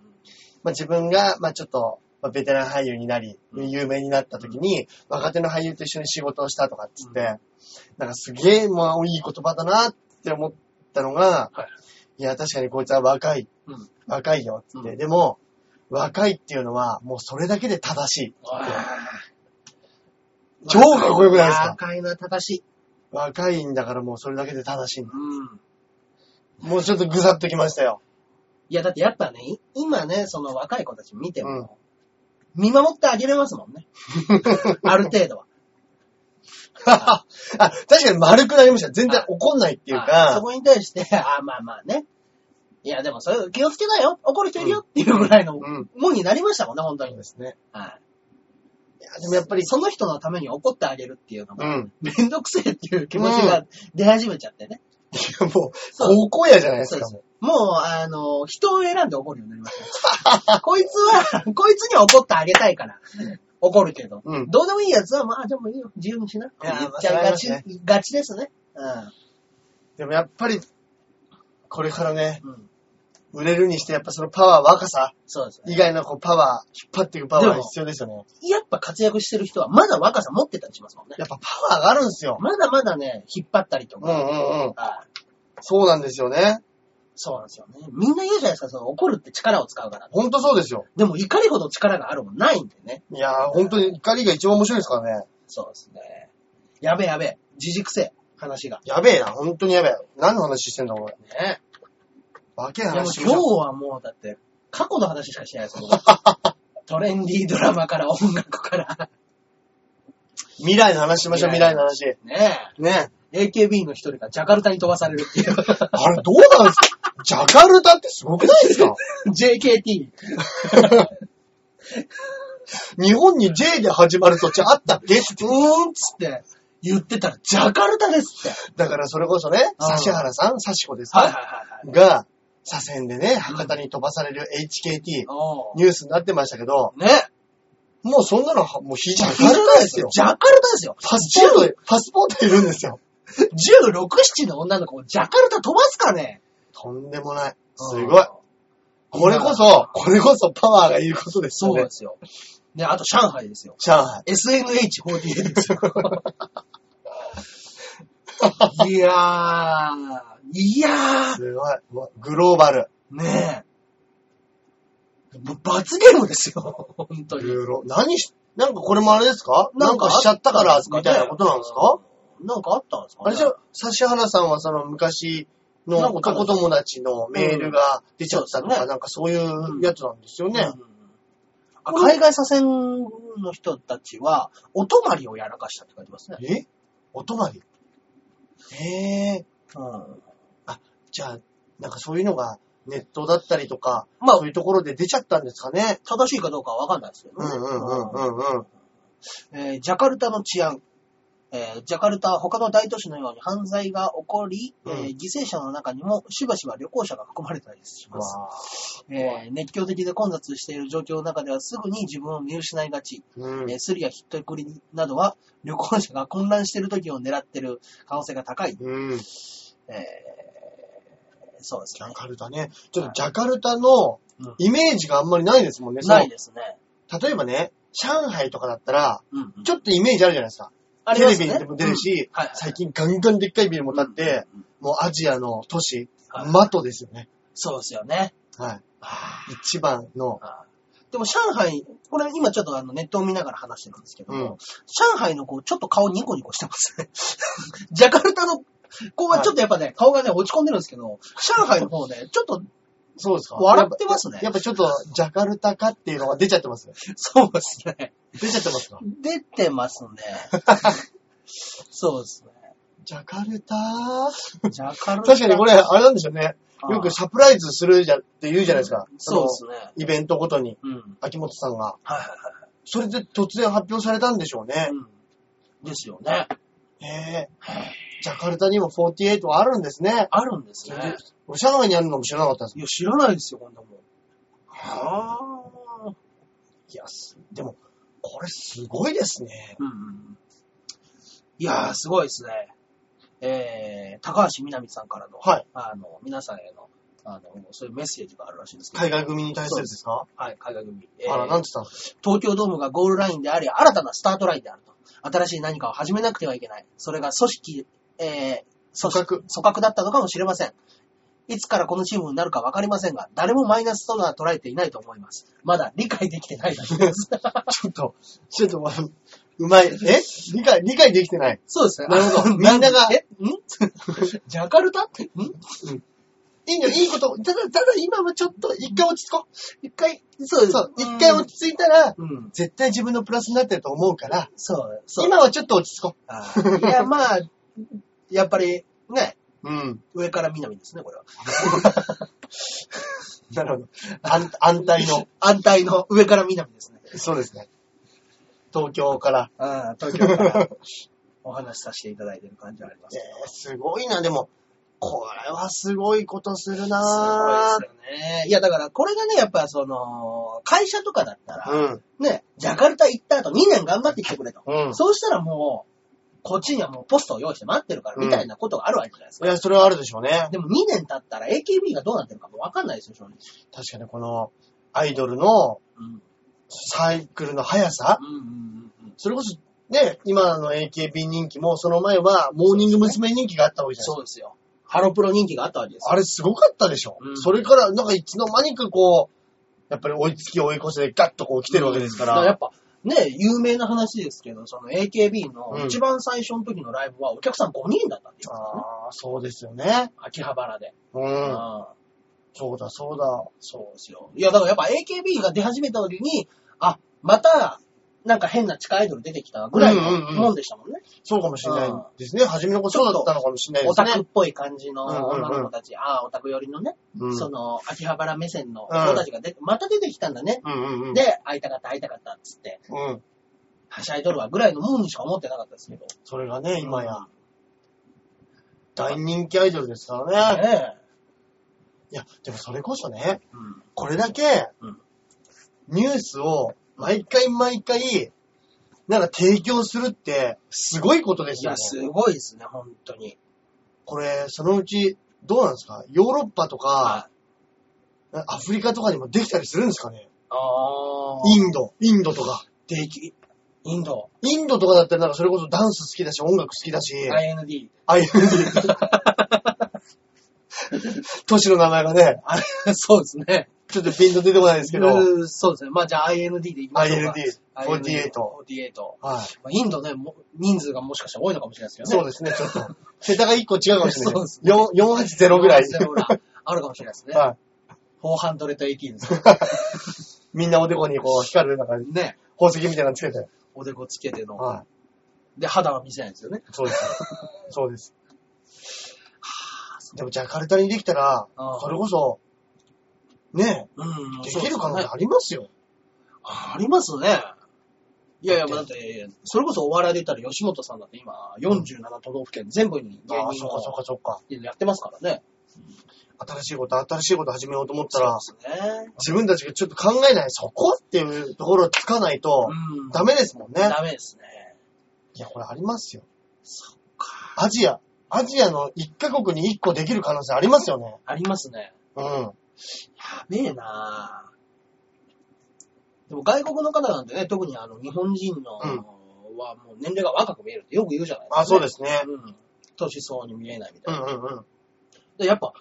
S2: まあ、自分が、まあ、ちょっと、まあ、ベテラン俳優になり、
S1: うん
S2: 有名になった時に、若手の俳優と一緒に仕事をしたとかっつって、なんかすげえ、まあ、いい言葉だなって思ったのが、、
S1: はい
S2: や、確かにこいつは若い、
S1: うん
S2: 若いよっつって、
S1: うん
S2: でも、若いっていうのは、もうそれだけで正しい。超かっこよくないですか
S1: 若いな、正しい。
S2: 若いんだからもうそれだけで正しいんだ。
S1: うん。
S2: もうちょっとぐさっときましたよ。
S1: いや、だってやっぱね、い今ね、その若い子たち見て
S2: うん
S1: も、見守ってあげれますも んね。ある程度は。
S2: あ、確かに丸くなりました。全然怒んないっていう
S1: あそ
S2: か、
S1: こに対して、 あまあまあね。いや、でもそれ気をつけなよ。怒る人いるよっていうぐらいの
S2: うん
S1: もんになりましたもんね、本当に。
S2: ですね。
S1: はい。
S2: いや、でもやっぱり、
S1: その人のために怒ってあげるっていうの
S2: う
S1: も、
S2: ん。
S1: めんどくせえっていう気持ちが出始めちゃってね。
S2: いやもう、高校やじゃないです
S1: そうで
S2: か、
S1: す
S2: もう。。
S1: もう、あの、人を選んで怒るようになりました。 こいつは、こいつには怒ってあげたいから。怒るけど。
S2: うん
S1: どうでもいいやつは、まあ、でもいいよ。自由にしな。
S2: いやー
S1: 言っちゃいがち、
S2: まあそ
S1: がちですね。う
S2: でもやっぱり、これからね、
S1: ん。うん。
S2: 売れるにして、やっぱそのパワー、若さ
S1: そうですね。
S2: 以外のこうパワー、引っ張っていくパワー
S1: で
S2: が
S1: も
S2: 必要ですよね。
S1: やっぱ活躍してる人は、まだ若さ持ってたりしますもんね。
S2: やっぱパワーがあるんですよ。
S1: まだまだね、引っ張ったり
S2: う
S1: と
S2: ん
S1: か。
S2: うんうん。
S1: はい
S2: そうなんですよね。
S1: そうなんですよね。みんな言うじゃないですか、その怒るって力を使うから。
S2: ほんとそうですよ。
S1: でも怒りほど力があるもんないんでね。
S2: いやー、ほんとに怒りが一番面白いですからね。
S1: そうですね。やべえやべえ。自軸性。話が。
S2: やべえな、ほんとにやべえ。何の話してんだ、これ。
S1: ね
S2: バケえ
S1: いやもう
S2: 話して
S1: 今
S2: る
S1: 日はもうだって、過去の話しかしてないですもん。トレンディードラマから音楽から。
S2: 未来の話しましょう、未来の話。
S1: ね
S2: ね。
S1: え。AKB の一人がジャカルタに飛ばされるってい
S2: あ
S1: う。
S2: れ、どうなんですか ジャカルタってすごくないですか
S1: JKT。
S2: 日本に J で始まる土地あったっけって
S1: うーんっつって言ってたらジャカルタですって。
S2: だからそれこそね、
S1: うん
S2: 指原さん、指子です
S1: はいはい
S2: か、
S1: はいはい。
S2: が、左遷でね、博多に飛ばされる HKT、
S1: お
S2: ニュースになってましたけど、
S1: ね
S2: もうそんなのは、もう非ジャ
S1: ジャ
S2: カ
S1: カ
S2: ル
S1: ル
S2: タ
S1: タ
S2: で
S1: ですす
S2: よ
S1: よ。。ジャカルタですよ。
S2: パスポート、パスポートいるんですよ。
S1: 16、7の女の子をジャカルタ飛ばすかね
S2: とんでもない。す
S1: うん
S2: ごい。これこそ、これこそパワーがいることです
S1: そ
S2: よ
S1: う
S2: ね
S1: で。すよ。ね、あと上海ですよ。
S2: 上海。
S1: SNH48 ですよ。いやー、いやー、
S2: すごい。うわグローバル。
S1: ねえ。もう罰ゲームですよ、本当に。
S2: グロ何し、なんかこれもあれですかなんかしちゃったから、みたいなことなんですか
S1: なんかあったんですか
S2: あれじゃ、指原さんはその昔の男友達のメールが出ちゃったと
S1: う
S2: か、
S1: ん
S2: なんかそういうやつなんですよね。
S1: うんあ海外左遷の人たちは、お泊まりをやらかしたって書いてますね。
S2: えお泊まりへえ。
S1: うん。
S2: じゃあ、なんかそういうのがネットだったりとか、
S1: まあ
S2: そういうところで出ちゃったんですかね。
S1: 正しいかどうかはわかんないですけど
S2: うん
S1: ね。
S2: うんうんうんうん。
S1: えージャカルタの治安。えージャカルタは他の大都市のように犯罪が起こり、えー
S2: うん
S1: 犠牲者の中にもしばしば旅行者が含まれたりし
S2: う
S1: ます。
S2: わ
S1: えー熱狂的で混雑している状況の中ではすぐに自分を見失いがち。
S2: ーうん
S1: えースリやひったくりなどは旅行者が混乱している時を狙っている可能性が高い。
S2: うん。ジ
S1: えーそうです
S2: ャ
S1: ね。
S2: カルタね。ちょっとジャカルタのイメージがあんまりないですもんね。その
S1: ないですね。
S2: 例えばね、上海とかだったら、
S1: うんうん。
S2: ちょっとイメージあるじゃないですか。
S1: あり
S2: テ
S1: ま
S2: レ
S1: す
S2: ビ
S1: ね
S2: にでも出るし、
S1: うんはいはい
S2: 最近ガンガンでっかいビルも建って、
S1: うんうん
S2: もうアジアの都市、
S1: はい
S2: マトですよね。
S1: そうですよね。
S2: はい。
S1: は
S2: 一番の、
S1: あでも上海、これ今ちょっとあのネットを見ながら話してるんですけども、上海の子ちょっと顔ニコニコしてますね。 ジャカルタの子はちょっとやっぱね、顔がね落ち込んでるんですけど、上海の方ね、ちょっと
S2: そうですか
S1: 笑ってますね
S2: やっぱちょっとジャカルタ化っていうのが出ちゃってます。
S1: そうですね。
S2: 出ちゃってますか
S1: 出てますね。 そうです
S2: ジャカルター
S1: ね。ジャカルタ。
S2: 確かにこれ、あれなんですよね。
S1: あ
S2: よくサプライズするじゃって言うじゃないですか。
S1: そうで
S2: の
S1: すね。
S2: イベントごとに、
S1: うん。はい
S2: 秋元さんが。
S1: はい
S2: それで突然発表されたんでしょう
S1: は
S2: ね
S1: い。。うん、ですよね。
S2: へえ。ジャカルタにも48はあるんですね。
S1: あるんです
S2: それ
S1: ね
S2: で。俺、上海にあるのも知らなかったです。
S1: いや、知らないですよ、こんなもん。
S2: はあ。
S1: あ。
S2: いや、すでも、これすごいですね。
S1: うんうん。いやー、すごいですね。えー、高橋みなみさんからの、
S2: はい。
S1: あの、皆さんへの、あの、そういうメッセージがあるらしいんですけど、
S2: 海外組に対するですか
S1: はい、海外組。えー
S2: あら、なんて言ったんです
S1: 東京ドームがゴールラインであり、新たなスタートラインであると。新しい何かを始めなくてはいけない。それが組織、えー、組織
S2: 組
S1: 組閣だったのかもしれません。いつからこのチームになるかわかりませんが、誰もマイナスとは捉えていないと思います。まだ理解できてないだけです。
S2: かちょっと、ちょっと、あのうまい。え理解、理解できてない。
S1: そうですね。
S2: なるほど
S1: あの
S2: みんなが
S1: えん ジャカルタってん
S2: いいのいいこと。ただ、ただ今はちょっと、一回落ち着こう。
S1: 一回、そうです。
S2: そう、一回落ち着いたら、
S1: うんうん。
S2: 絶対自分のプラスになってると思うから、
S1: そう、そう。
S2: 今はちょっと落ち着こ
S1: あーいや、まあ、やっぱり、ね、
S2: う。うん。
S1: 上から南ですね、これは。
S2: なるほど。安安泰 の。
S1: 安泰の上から南ですね。
S2: そうですね。東京から。
S1: ああ、東京 からお話しさせていただいてる感じはありま
S2: え
S1: す。す
S2: ー、すごいな、でも、これはすごいことするな
S1: ごいですよね。いや、だからこれがね、やっぱその、会社とかだったら、
S2: うん。
S1: ね、ジャカルタ行った後2年頑張ってきてくれと。
S2: うん
S1: そうしたらもう、こっちにはもうポストを用意して待ってるから、みたいなことがあるわけじゃないです
S2: い
S1: か。
S2: や、それはあるでしょうね。
S1: でも2年経ったら AKB がどうなってるかもわかんないですよ、正直。
S2: 確かにこの、アイドルの
S1: うん。
S2: サイクルの速さ。
S1: うんうんうんうん。
S2: それこそ、ね、今の AKB 人気も、その前は、モーニング娘。人気があったわけじゃないですか。
S1: そうですよ。ハロプロ人気があったわけですよ。
S2: あれすごかったでしょ、
S1: うん
S2: それから、なんかいつの間にかこう、やっぱり追いつき追い越せでガッとこう来てるわけですから。
S1: うんやっぱ、ね、有名な話ですけど、その AKB
S2: う
S1: の
S2: ん
S1: 一番最初の時のライブはお客さん5人だったって言うんですよね。
S2: ああ、そうですよね。
S1: 秋葉原で。
S2: うん。
S1: ああ
S2: そうだ、そうだ。
S1: そうですよ。いや、だからやっぱ AKB が出始めた時に、あ、また、なんか変な地下アイドル出てきたぐらい
S2: うんうんう
S1: の
S2: ん
S1: もんでしたもんね。
S2: そうかもしれないですね。初めの子そうだったのかもしれないで
S1: オ
S2: す
S1: タクっ
S2: ね。
S1: ぽい感じの
S2: うんうんうん
S1: 女の子たち、ああ、オタク寄りのね、
S2: うん
S1: その、秋葉原目線の人たちが出て、また出てきたんだね。
S2: うんうんうん。
S1: で、会いたかった、会いたかった、つって、
S2: うん。
S1: はしゃいどるわぐらいのもんにしか思ってなかったですけど。
S2: それがね、今や、大人気アイドルですからね。
S1: ねえ。
S2: いや、でもそれこそね、
S1: うん。
S2: これだけ
S1: うん、
S2: ニュースを毎回毎回、なんか提供するって、すごいことで
S1: い
S2: すよ
S1: や、
S2: ね。
S1: すごいですね、本当に。
S2: これ、そのうち、どうなんですかヨーロッパとか、アフリカとかにもできたりするんですかね
S1: ああ。
S2: インド、インドとか。
S1: でき、インド、
S2: インドとかだったらなんかそれこそダンス好きだし、音楽好きだし、
S1: IND。
S2: ああいう、都市の名前がね、
S1: あ そうですね。
S2: ちょっとピンと出てこないですけど、はい。
S1: うーそうですね。まあじゃあ IND でいきましょうか。
S2: IND 48
S1: 48。まあ、インドね、も人数がもしかしたら多いのかもしれないです
S2: そ
S1: よ
S2: う
S1: ね。
S2: ですね、ちょっと。桁が1個違うかもしれ
S1: そ
S2: ない
S1: うで
S2: ですす。よん480ぐらい。
S1: 480ぐらいあるかもしれないですね。
S2: はい。
S1: 480ですね。
S2: みんなおでこにこう光る、なんか
S1: ね。
S2: 宝石みたいなのつけて。
S1: おでこつけての。
S2: はい。
S1: で、肌は見せないんですよね。
S2: そうです。そうです。でもジャカルタにできたら
S1: あー、
S2: それこそ、ね
S1: う
S2: え、
S1: ん
S2: できる可能性
S1: ね。
S2: ありますよ。
S1: ありますね。いやいや、だって、それこそお笑いで言ったら吉本さんだって今、47都道府県全部に芸
S2: ああ、
S1: 人
S2: そっかそっ
S1: を
S2: かそっか。
S1: やってますからね。
S2: 新しいこと、新しいこと始めようと思ったら、
S1: そうですね。
S2: 自分たちがちょっと考えない、そこっていうところをつかないと、
S1: うん。
S2: ダメですもんね。
S1: ダメですね。
S2: いや、これありますよ。
S1: そっか。
S2: アジア、アジアの1カ国に1個できる可能性ありますよね。
S1: ありますね。
S2: うん。
S1: やべえなぁでも外国の方なんてね、特にあの、日本人の、
S2: うん
S1: はもう年齢が若く見えるってよく言うじゃないです
S2: あ、そうですすね。
S1: うん。年相応に見えないみた
S2: う
S1: い
S2: ん
S1: な。
S2: うんうん。
S1: で、やっぱ、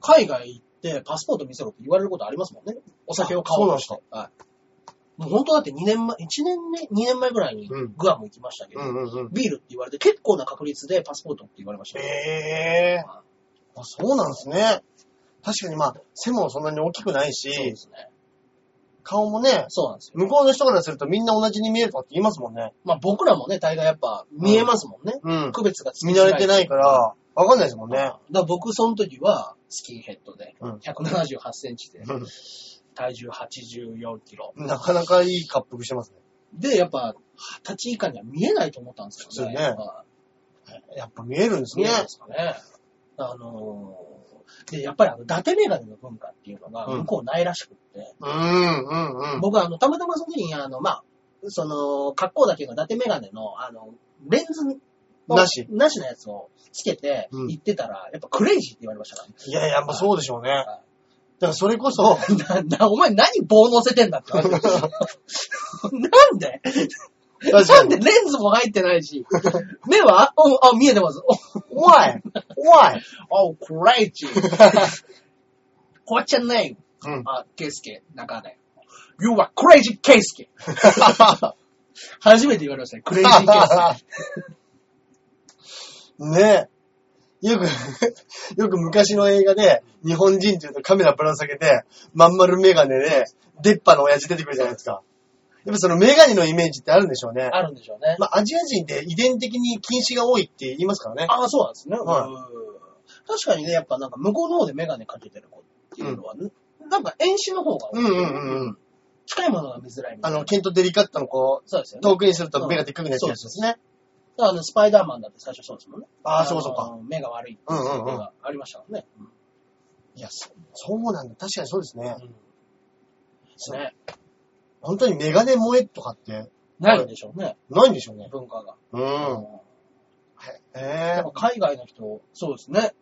S1: 海外行ってパスポート見せろって言われることありますもんね。お酒を買おうとして。はい。もう本当だって2年前、1年ね、2年前ぐらいに
S2: うん
S1: グアム行きましたけ
S2: う
S1: ど、
S2: んうんうん。
S1: ビールって言われて結構な確率でパスポートって言われました
S2: え
S1: よ。
S2: え
S1: はい
S2: あそうなんですね。確かにまあ、背もそんなに大きくない
S1: そう
S2: し、
S1: ですね。
S2: 顔もね、
S1: そうなんですよ。
S2: 向こうの人からするとみんな同じに見えるとかって言いますもんね。
S1: まあ僕らもね、大概やっぱ見えますもんね。
S2: うん。
S1: 区別がつき
S2: 見
S1: づ
S2: 慣
S1: ら
S2: れてないから、わかんないですもん
S1: だ
S2: ね
S1: か。ら僕、その時は、スキンヘッドで、
S2: うん
S1: 178センチで、体重84キロ。
S2: なかなかいい滑覆してますね。
S1: で、やっぱ、二十歳以下には見えないと思ったんですよね。
S2: 普通ね
S1: やっぱ
S2: やっぱ見えるんです
S1: 見
S2: ね。
S1: えないですかね。あのーで、やっぱりあの、伊達メガネの文化っていうのが、
S2: うん
S1: 向こうないらしくって、
S2: うん、うん、うん。
S1: 僕はあの、たまたまその時に、あの、まあ、その、格好だけが伊達メガネの、あの、レンズを
S2: なし
S1: なしのやつをつけて
S2: うん
S1: 行ってたら、やっぱクレイジーって言われましたからね
S2: いやいや、まあそうでしょうね。だ
S1: は
S2: からそれこ そ、
S1: な、な、お前何棒乗せてんだって話 なんで
S2: 確
S1: な
S2: か
S1: んで
S2: に。
S1: レンズも入ってないし、目はおあ、見えてます。
S2: 怖い怖い
S1: お、お、クライチ。 こっちゃない。
S2: うん。
S1: あ、ケイスケ、中で。You are crazy ケイスケ。初めて言われま したね。クレイジーケイスケ。
S2: ねえ。よく、 よく昔の映画で、日本人っていうとカメラぶら下げて、まん丸メガネで、出っ歯の親父出てくるじゃないですか。やっぱそのメガネのイメージってあるんでしょうね。
S1: あるんでしょうね。
S2: まあ、アジア人って遺伝的に禁止が多いって言いますからね。
S1: ああ、そうなんですね。
S2: はいう
S1: ーん確かにね、やっぱなんか向こうの方でメガネかけてる子っていうのは、なんか遠視の方が多
S2: う
S1: い
S2: んうんうんうん。
S1: 近いものが見づらいみた
S2: あ
S1: いな。
S2: の、ケント・デリカットの子、
S1: そうですよね。
S2: 遠くにすると目がでっかくなっちゃうやつですね。
S1: だからあの、スパイダーマンだって最初そうですもんね。
S2: ああ、そうかそうか。
S1: あの。目が悪い。
S2: うんうんうん
S1: 目がありましたからね。
S2: いや、そそうなんだ。確かにそうですね。
S1: うん。ですね。
S2: 本当にメガネ萌えとかって
S1: ないんでしょうね、
S2: ないんでしょうね。
S1: 文化が。
S2: うん。
S1: や
S2: え
S1: っぱ海外の人、そうですね。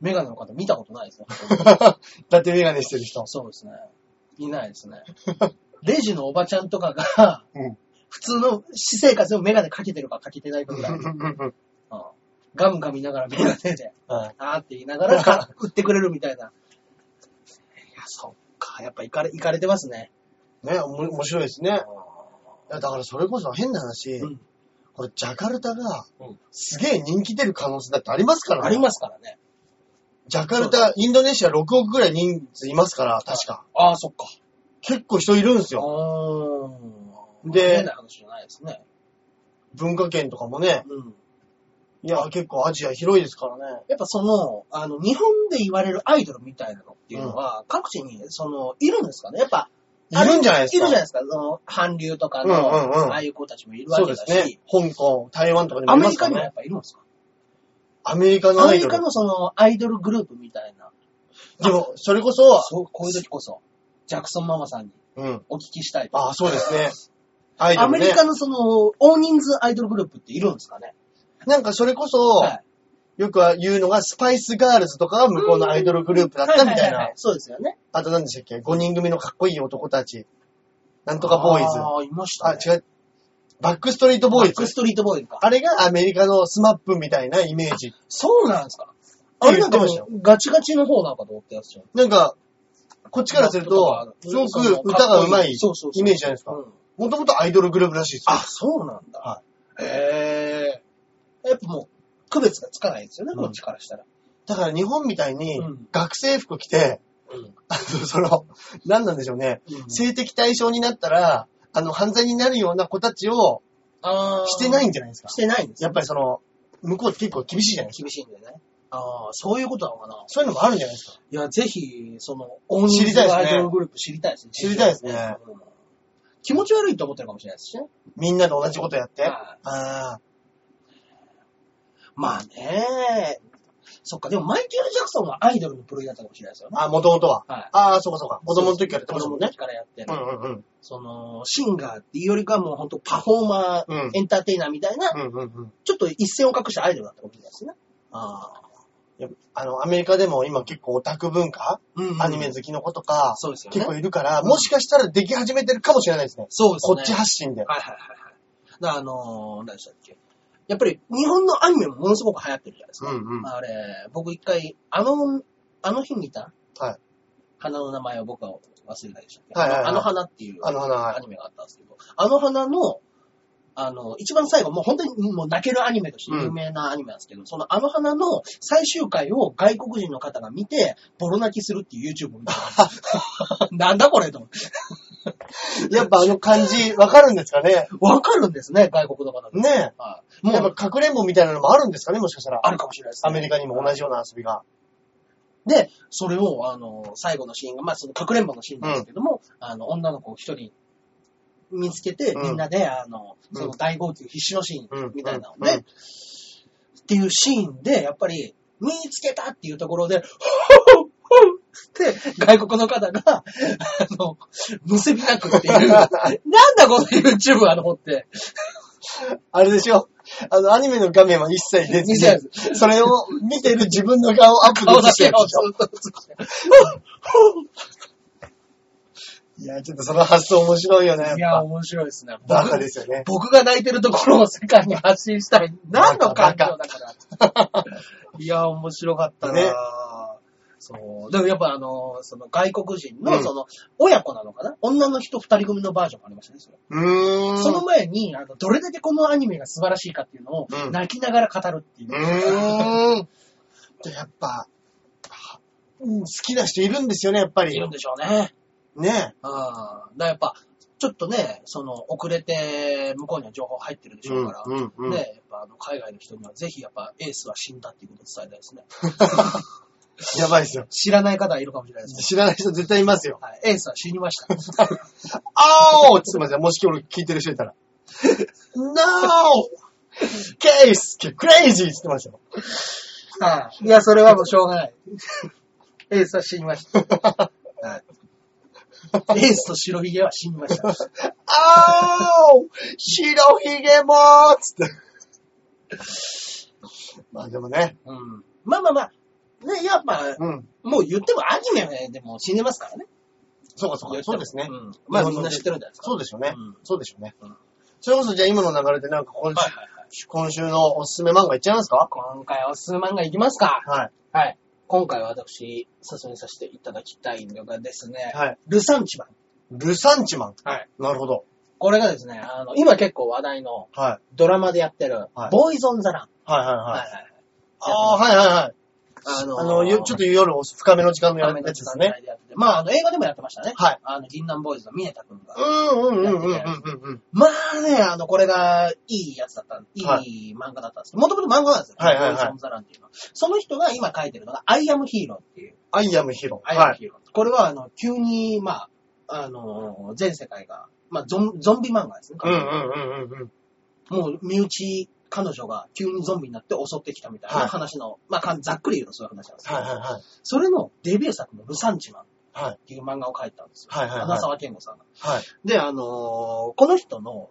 S1: メガネの方見たことない ですね。
S2: え だってメガネしてる人。
S1: そうですね。いないで すね。レジのおばちゃんとかが、
S2: うん
S1: 普通の私生活でもメガネかけてるかかけてないかぐらい。うんガムガム見ながらメガ ネで。
S2: はい
S1: あーって言いながら買ってくれるみたいな。いや、そっか。やっぱ行かれ、行かれてますね。
S2: ね、おも面白いですね。いやだからそれこそ変な話、
S1: うん
S2: これジャカルタが
S1: うん
S2: すげえ人気出る可能性だってありますからね。
S1: ありますからね。
S2: ジャカルタ、インドネシア6億ぐらい人数いますから、確か。
S1: ああ、そっか。
S2: 結構人いるんですよ。
S1: あー
S2: で
S1: 変な話じゃないですね。
S2: 文化圏とかもね。
S1: うん。
S2: いや、結構アジア広いですからね。
S1: やっぱその、あの、日本で言われるアイドルみたいなのっていうのは、各地に、その、いるんですかねやっぱ、
S2: いるんじゃないですか。
S1: いるじゃないですか。その、韓流とかの、
S2: うんうんうん
S1: ああいう子たちもいるわ
S2: そう
S1: け
S2: で
S1: だ
S2: す
S1: し、
S2: ね。香港、台湾とかにも
S1: ア
S2: い
S1: メ
S2: ま
S1: リ
S2: す
S1: カ
S2: か
S1: に
S2: ら
S1: もや
S2: ね
S1: っ。ぱいるんですか
S2: アメリカの
S1: ア
S2: ア
S1: メ
S2: イ
S1: リ
S2: ド
S1: カ
S2: ル。
S1: のその、アイドルグループみたいな、
S2: でも、それこそ、
S1: そう、こういう時こそ、ジャクソンママさんに
S2: うん。
S1: お聞きしたいと。
S2: ああ、そうですね。アイド
S1: ア
S2: ル、ね。
S1: メリカのその、大人数アイドルグループっているんですかね
S2: なんかそれこそ、
S1: はい
S2: よくは言うのが、スパイスガールズとかが向こうのアイドルグループだったみたい
S1: ははは
S2: な。
S1: そうですよね。
S2: あと何でしたっけ ?5 人組のかっこいい男たち。なんとかボーイズ。
S1: ああ、いました、
S2: あ
S1: ね。
S2: 違う。バックストリートボーイ
S1: バック
S2: ズ
S1: ス。トリートボーイズか。
S2: あれがアメリカのスマップみたいなイメージ。
S1: そうなんですか
S2: あ
S1: あ
S2: れ
S1: れ
S2: だ
S1: だ
S2: け
S1: け
S2: ど
S1: ガチガチの方なんかと思ってやつじゃん。
S2: なんか、こっちからすると、すごく歌が上手い
S1: そうそうそう
S2: イメージじゃないですか。
S1: うん
S2: もともとアイドルグループらしいですよ
S1: あ、そうなんだ。へえ。やっぱもう、区別がつかないですよね、
S2: うん
S1: こっちからしたら。
S2: だから日本みたいに
S1: うん
S2: 学生服着て、
S1: うん
S2: あの、その、何なんでしょうね。
S1: うん
S2: 性的対象になったら、あの、犯罪になるような子たちを
S1: あー
S2: してないんじゃないですか
S1: し。てないんです
S2: やっぱりその、向こうって結構厳しいじゃないです
S1: 厳しいんでね。ああ、そういうことなのかな。
S2: そういうのもあるんじゃないですか。
S1: いや、ぜひ、その、オン
S2: 知りたいですね
S1: アイドルグループ知りたいですね。
S2: 知りたいですね
S1: うん気持ち悪いと思ってるかもしれないですしね。
S2: みんなで同じことやって。
S1: は
S2: ああ。
S1: まあね。そっか、でもマイケル・ジャクソンはアイドルの部類だったかもしれないですよね。
S2: あ、もともとは。
S1: はい
S2: ああ、そうかそうか。子供の時からやってま
S1: 子
S2: したも
S1: 供
S2: ん
S1: の
S2: ね
S1: 時。からやってる
S2: う。んうんうん。
S1: その、シンガーっていうよりかはもう本当パフォーマー、
S2: うん
S1: エンターテイナーみたいな、
S2: うんうんうん。
S1: ちょっと一線を隠したアイドルだったかもしれないですね。ああ。
S2: やっぱあの、アメリカでも今結構オタク文化、
S1: うん
S2: アニメ好きの子とか、
S1: そうですよね
S2: 結構いるから、もしかしたらでき始めてるかもしれないですね。
S1: そうですね。
S2: こっち発信で。
S1: はいはいはいはい。だからあのー何でしたっけ。やっぱり日本のアニメもものすごく流行ってるじゃないですか。
S2: うんうん
S1: まああれ、僕一回、あの、あの日見た、
S2: はい
S1: 花の名前を僕は忘れないでしたっけ。
S2: はいはいはい
S1: あの花っていう
S2: あの花、は
S1: ア
S2: い。
S1: ニメがあったんですけど、あの花の、あの、一番最後、もう本当にもう泣けるアニメとして有名なアニメなんですけど、そのあの花の最終回を外国人の方が見て、ボロ泣きするっていう YouTube を見たんですよなんだこれと思って。
S2: やっぱあの感じ、わかるんですかね
S1: わかるんですね、外国の方って
S2: ね
S1: はい
S2: え。
S1: も
S2: や
S1: う
S2: っ、ぱかくれんぼみたいなのもあるんですかねもしかしたら。
S1: あるかもしれないです、
S2: アメリカにも同じような遊びが。
S1: で、それを、あの、最後のシーンが、まあ、その、かくれんぼのシーンなんですけども、あの、女の子を一人見つけて、
S2: うん
S1: みんなで、あの、
S2: うん
S1: その大号泣必死のシー
S2: う
S1: ン
S2: ん
S1: みたいなの
S2: うんうん
S1: で、っていうシーンで、やっぱり、見つけたっていうところで、 って、外国の方が、あの、むせび泣くっ ていう、なんだこの YouTube あの子って、
S2: あれでしょあの、アニメの画面は一切出
S1: 見
S2: ず
S1: せないで
S2: に、それを見てる自分の顔をアップで
S1: 顔だ
S2: きて
S1: け
S2: る
S1: をずっと映して
S2: いや、ちょっとその発想面白いよね。やっ
S1: いや、
S2: ぱ
S1: 面白いですね。
S2: バカですよね。
S1: 僕が泣いてるところを世界に発信 したい。何の感情だから。 いや、面白かったな、
S2: ね
S1: そう。でもやっぱあの、その外国人
S2: う
S1: の、
S2: ん
S1: その、親子なのかな、女の人二人組のバージョンもありましたね、それ。
S2: うーん。
S1: その前に、あの、どれだけこのアニメが素晴らしいかっていうのを
S2: う、ん
S1: 泣きながら語るってい
S2: う
S1: う。
S2: ーん。でやっぱ、うん好きな人いるんですよね、やっぱり
S1: い。るんでしょうね。
S2: ね。
S1: うん。だからやっぱ、ちょっとね、その、遅れて、向こうには情報入ってるでしょうから。
S2: んう
S1: ね、やっぱあの海外の人にはぜひやっぱエースは死んだっていうことを伝えたいですね。
S2: やばいですよ。
S1: 知らない方がいるかもしれないですね。
S2: 知らない人絶対いますよ。
S1: はい、エースは死にました。
S2: あおすいません、もし俺聞いてる人いたら。No! ケースクレイジーって言ってました よ。
S1: はい。いや、それはもうしょうがない。エースは死にま した。はい。エースと白ひげは死にました。
S2: あお白ひげもーつって。まあでもね。
S1: うん。まあまあまあ、ね、やっぱ、
S2: うん。
S1: もう言ってもアニメでも死んでますからね。
S2: そうかそう
S1: 言
S2: か。
S1: っ
S2: そう
S1: ても
S2: ですね。
S1: うんまあみんな知ってるんじゃないですか。
S2: そうでしょうね。
S1: うん
S2: そうでしょうね。
S1: うん
S2: それこそじゃあ今の流れでなんか今週,、
S1: はいはいはい。
S2: 今週のおすすめ漫画いっちゃいますか
S1: 今回はすす漫画いきますか。
S2: はい。
S1: はい。今回は私、誘いさせていただきたいのがですね、
S2: はい。
S1: ルサンチマン。
S2: ルサンチマン。
S1: はい。
S2: なるほど。
S1: これがですね、あの、今結構話題の
S2: はい。
S1: ドラマでやってる、
S2: はい
S1: ボーイズ・オン・ザ・ラン。
S2: はいはい
S1: はい
S2: はい。
S1: はい。
S2: ああー、はいはいはい。
S1: あの
S2: あの、よちょっと夜遅深めの時間のやつですね。。
S1: まあ、あの、映画でもやってましたね。
S2: はい。
S1: あの、銀杏ボーイズのミネタ君が
S2: う。んうんうんうんうんうんうん。
S1: まあね、あの、これが、いいやつだった、
S2: はい
S1: い漫画だったんですけど、もともと漫画なんですよ。
S2: はいはいはい
S1: ボーイズオンザランっていうのは。その人が今書いてるのが、アイアムヒーローっていう。
S2: アイアムヒロ。
S1: アイアム
S2: はい。
S1: ヒーロー。これは、あの、急に、まあ、あの、全世界が、まあ、ゾンゾンビ漫画ですね。
S2: うんうんうんうんうん。
S1: もう身内、彼女が急にゾンビになって襲ってきたみたいな話の、まあかん、ざっくり言うとそういう話なんですけど、
S2: はいはいはい。
S1: それのデビュー作のルサンチマンっ
S2: はい。
S1: ていう漫画を書いたんですよ。
S2: はいはいはい
S1: 花沢健吾さんが。
S2: はい。
S1: で、あのーこの人の